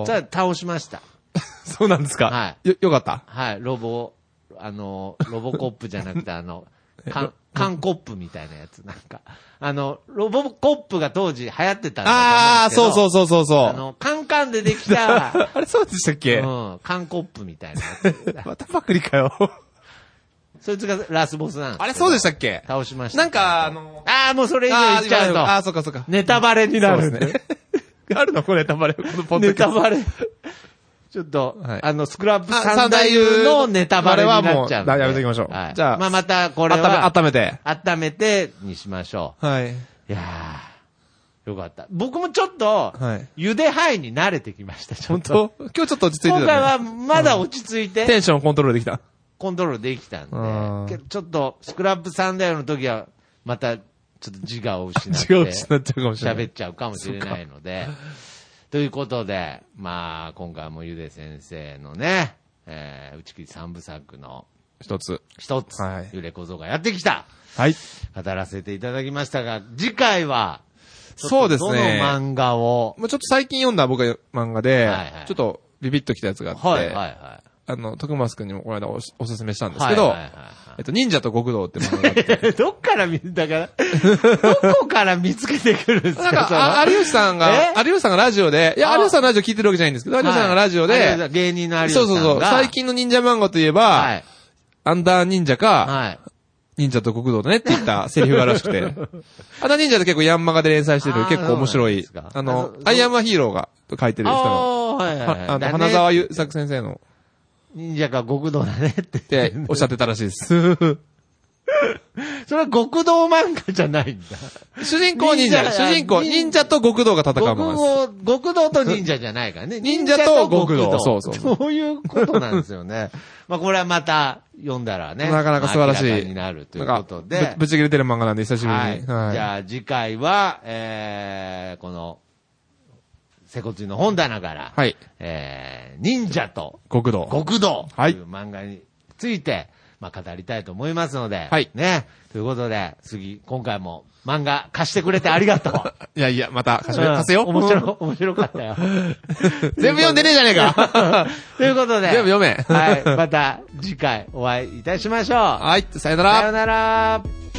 Speaker 2: あ。
Speaker 1: さあ倒しました。
Speaker 2: そうなんですか。。
Speaker 1: はい
Speaker 2: よ、よかった。
Speaker 1: はい、ロボ、あの、ロボコップじゃなくて、あの、 缶、缶コップみたいなやつ、なんか。あの、ロボコップが当時流行ってたんだと思うんですけど。
Speaker 2: ああ、そうそうそうそう
Speaker 1: あ
Speaker 2: そう。
Speaker 1: の、カンカンでできた、
Speaker 2: あれ、 そうでしたっ
Speaker 1: う
Speaker 2: け
Speaker 1: ん、缶コップみたいなやつ。
Speaker 2: またパクリかよ。
Speaker 1: そいつがラスボスなんですけど
Speaker 2: あれ、そうでしたっけ
Speaker 1: 倒しました。
Speaker 2: なんか、あの、
Speaker 1: ああ、もうそれ以上
Speaker 2: あ
Speaker 1: 言っちゃうと。
Speaker 2: あー、そっかそっか。
Speaker 1: ネタバレになる
Speaker 2: そうですね。 あるのこれネタバレ。このポッドキ
Speaker 1: ネ
Speaker 2: ャスト
Speaker 1: タバ レ。ちょっと、
Speaker 2: はい
Speaker 1: あの、スクラップ
Speaker 2: あ
Speaker 1: 三大のネタバレになっちゃうんで
Speaker 2: あれはもうやめときましょう
Speaker 1: はい
Speaker 2: じゃあ
Speaker 1: まあ、またこれは、
Speaker 2: 温め、温めて。
Speaker 1: 温めてにしましょ
Speaker 2: はい。
Speaker 1: う。いやー、よかった。僕もちょっと、
Speaker 2: はい
Speaker 1: ゆで範囲に慣れてきました、ちょっ
Speaker 2: 本
Speaker 1: と。
Speaker 2: 当今日ちょっと落ち着いてた、ね。
Speaker 1: 今回はまだ落ち着いて、
Speaker 2: テンションコントロールできた。
Speaker 1: コントロールできた
Speaker 2: うん
Speaker 1: んで、けどちょっと、スクラップ三代の時は、また、ちょっと自我を失って。
Speaker 2: 違うしなっちゃうかもしれない。
Speaker 1: 喋っちゃうかもしれないので。ということで、まあ、今回もゆで先生のね、えー、打ち切り三部作の
Speaker 2: 一つ。
Speaker 1: 一つ、
Speaker 2: はい
Speaker 1: ゆで小僧がやってきた、
Speaker 2: はい。
Speaker 1: 語らせていただきましたが、次回は、ちょっと
Speaker 2: そうですね
Speaker 1: どの漫画を、
Speaker 2: まあちょっと最近読んだ僕が漫画
Speaker 1: はい
Speaker 2: で、
Speaker 1: はい
Speaker 2: ちょっとビビッときたやつがあって、
Speaker 1: はいはいは
Speaker 2: あの、徳松くんにもこの間おしおすすめしたん
Speaker 1: い。
Speaker 2: ですけ
Speaker 1: は
Speaker 2: ど、
Speaker 1: いはいは
Speaker 2: えっと、忍者と極道って漫画があって、
Speaker 1: い はいどっから見、だから、 どこから見つけてくるんです
Speaker 2: なん
Speaker 1: か、その
Speaker 2: か、あ有吉さんが、有吉さんがラジオで、いや、
Speaker 1: あ
Speaker 2: 有吉さんのラジオ聞いてるわけじゃないんですけど、有吉さんがラジオ
Speaker 1: はい有吉さ
Speaker 2: で、
Speaker 1: ん芸人の有吉さ
Speaker 2: そ
Speaker 1: ん
Speaker 2: う
Speaker 1: が。
Speaker 2: そうそう、最近の忍者漫画といえ
Speaker 1: は
Speaker 2: ば、
Speaker 1: い。
Speaker 2: アンダー忍者か、
Speaker 1: はい。
Speaker 2: 忍者と極道だねって言ったセリフがあるらし くて。あと忍者って結構ヤンマガで連載してる
Speaker 1: あー
Speaker 2: 結構面白
Speaker 1: そ
Speaker 2: いう
Speaker 1: なんですか。
Speaker 2: あ
Speaker 1: あ
Speaker 2: の
Speaker 1: の、
Speaker 2: アイアムアヒーローが書いてる人の、
Speaker 1: あーはいはいはい
Speaker 2: はあの、
Speaker 1: だね
Speaker 2: 花沢優作先生の
Speaker 1: 忍者か極道だねって。
Speaker 2: って おっしゃってたらしいです。
Speaker 1: それは極道漫画じゃないんだ。
Speaker 2: 主人公は忍者、
Speaker 1: 忍者
Speaker 2: 主人公、
Speaker 1: 忍
Speaker 2: 忍者と極道が戦う
Speaker 1: 極
Speaker 2: 漫画で
Speaker 1: 道、極道と忍者じゃないからね。
Speaker 2: 忍者と極道そうそうそ
Speaker 1: そういうことなんですよ ね。まあこれはまた読んだらね。
Speaker 2: なかなか素晴らしい
Speaker 1: 明かになると
Speaker 2: す。
Speaker 1: いう
Speaker 2: な
Speaker 1: こ
Speaker 2: んか
Speaker 1: と、
Speaker 2: ぶ
Speaker 1: で。
Speaker 2: ぶち切れてる漫画なんで久しぶり
Speaker 1: はい。
Speaker 2: に。
Speaker 1: じ
Speaker 2: は
Speaker 1: ゃあ次回は、えー、この、セコツイの本棚から、
Speaker 2: い。はい。
Speaker 1: えー、忍者と
Speaker 2: 極道。
Speaker 1: 極道
Speaker 2: は
Speaker 1: と
Speaker 2: い
Speaker 1: いう漫画について、まあ、語りたいと思いますので、
Speaker 2: はい
Speaker 1: ね。ということで、次、今回も漫画貸してくれてあり がとう。
Speaker 2: いやいや、また、貸し貸す
Speaker 1: う
Speaker 2: よ。
Speaker 1: ん面白、面白かったよ。
Speaker 2: 全部読んでねえじゃね えか。
Speaker 1: ということで、
Speaker 2: 全部読め
Speaker 1: はい。また次回お会いいたしましょう。
Speaker 2: はい、さよな
Speaker 1: さ
Speaker 2: ら
Speaker 1: よ。なら。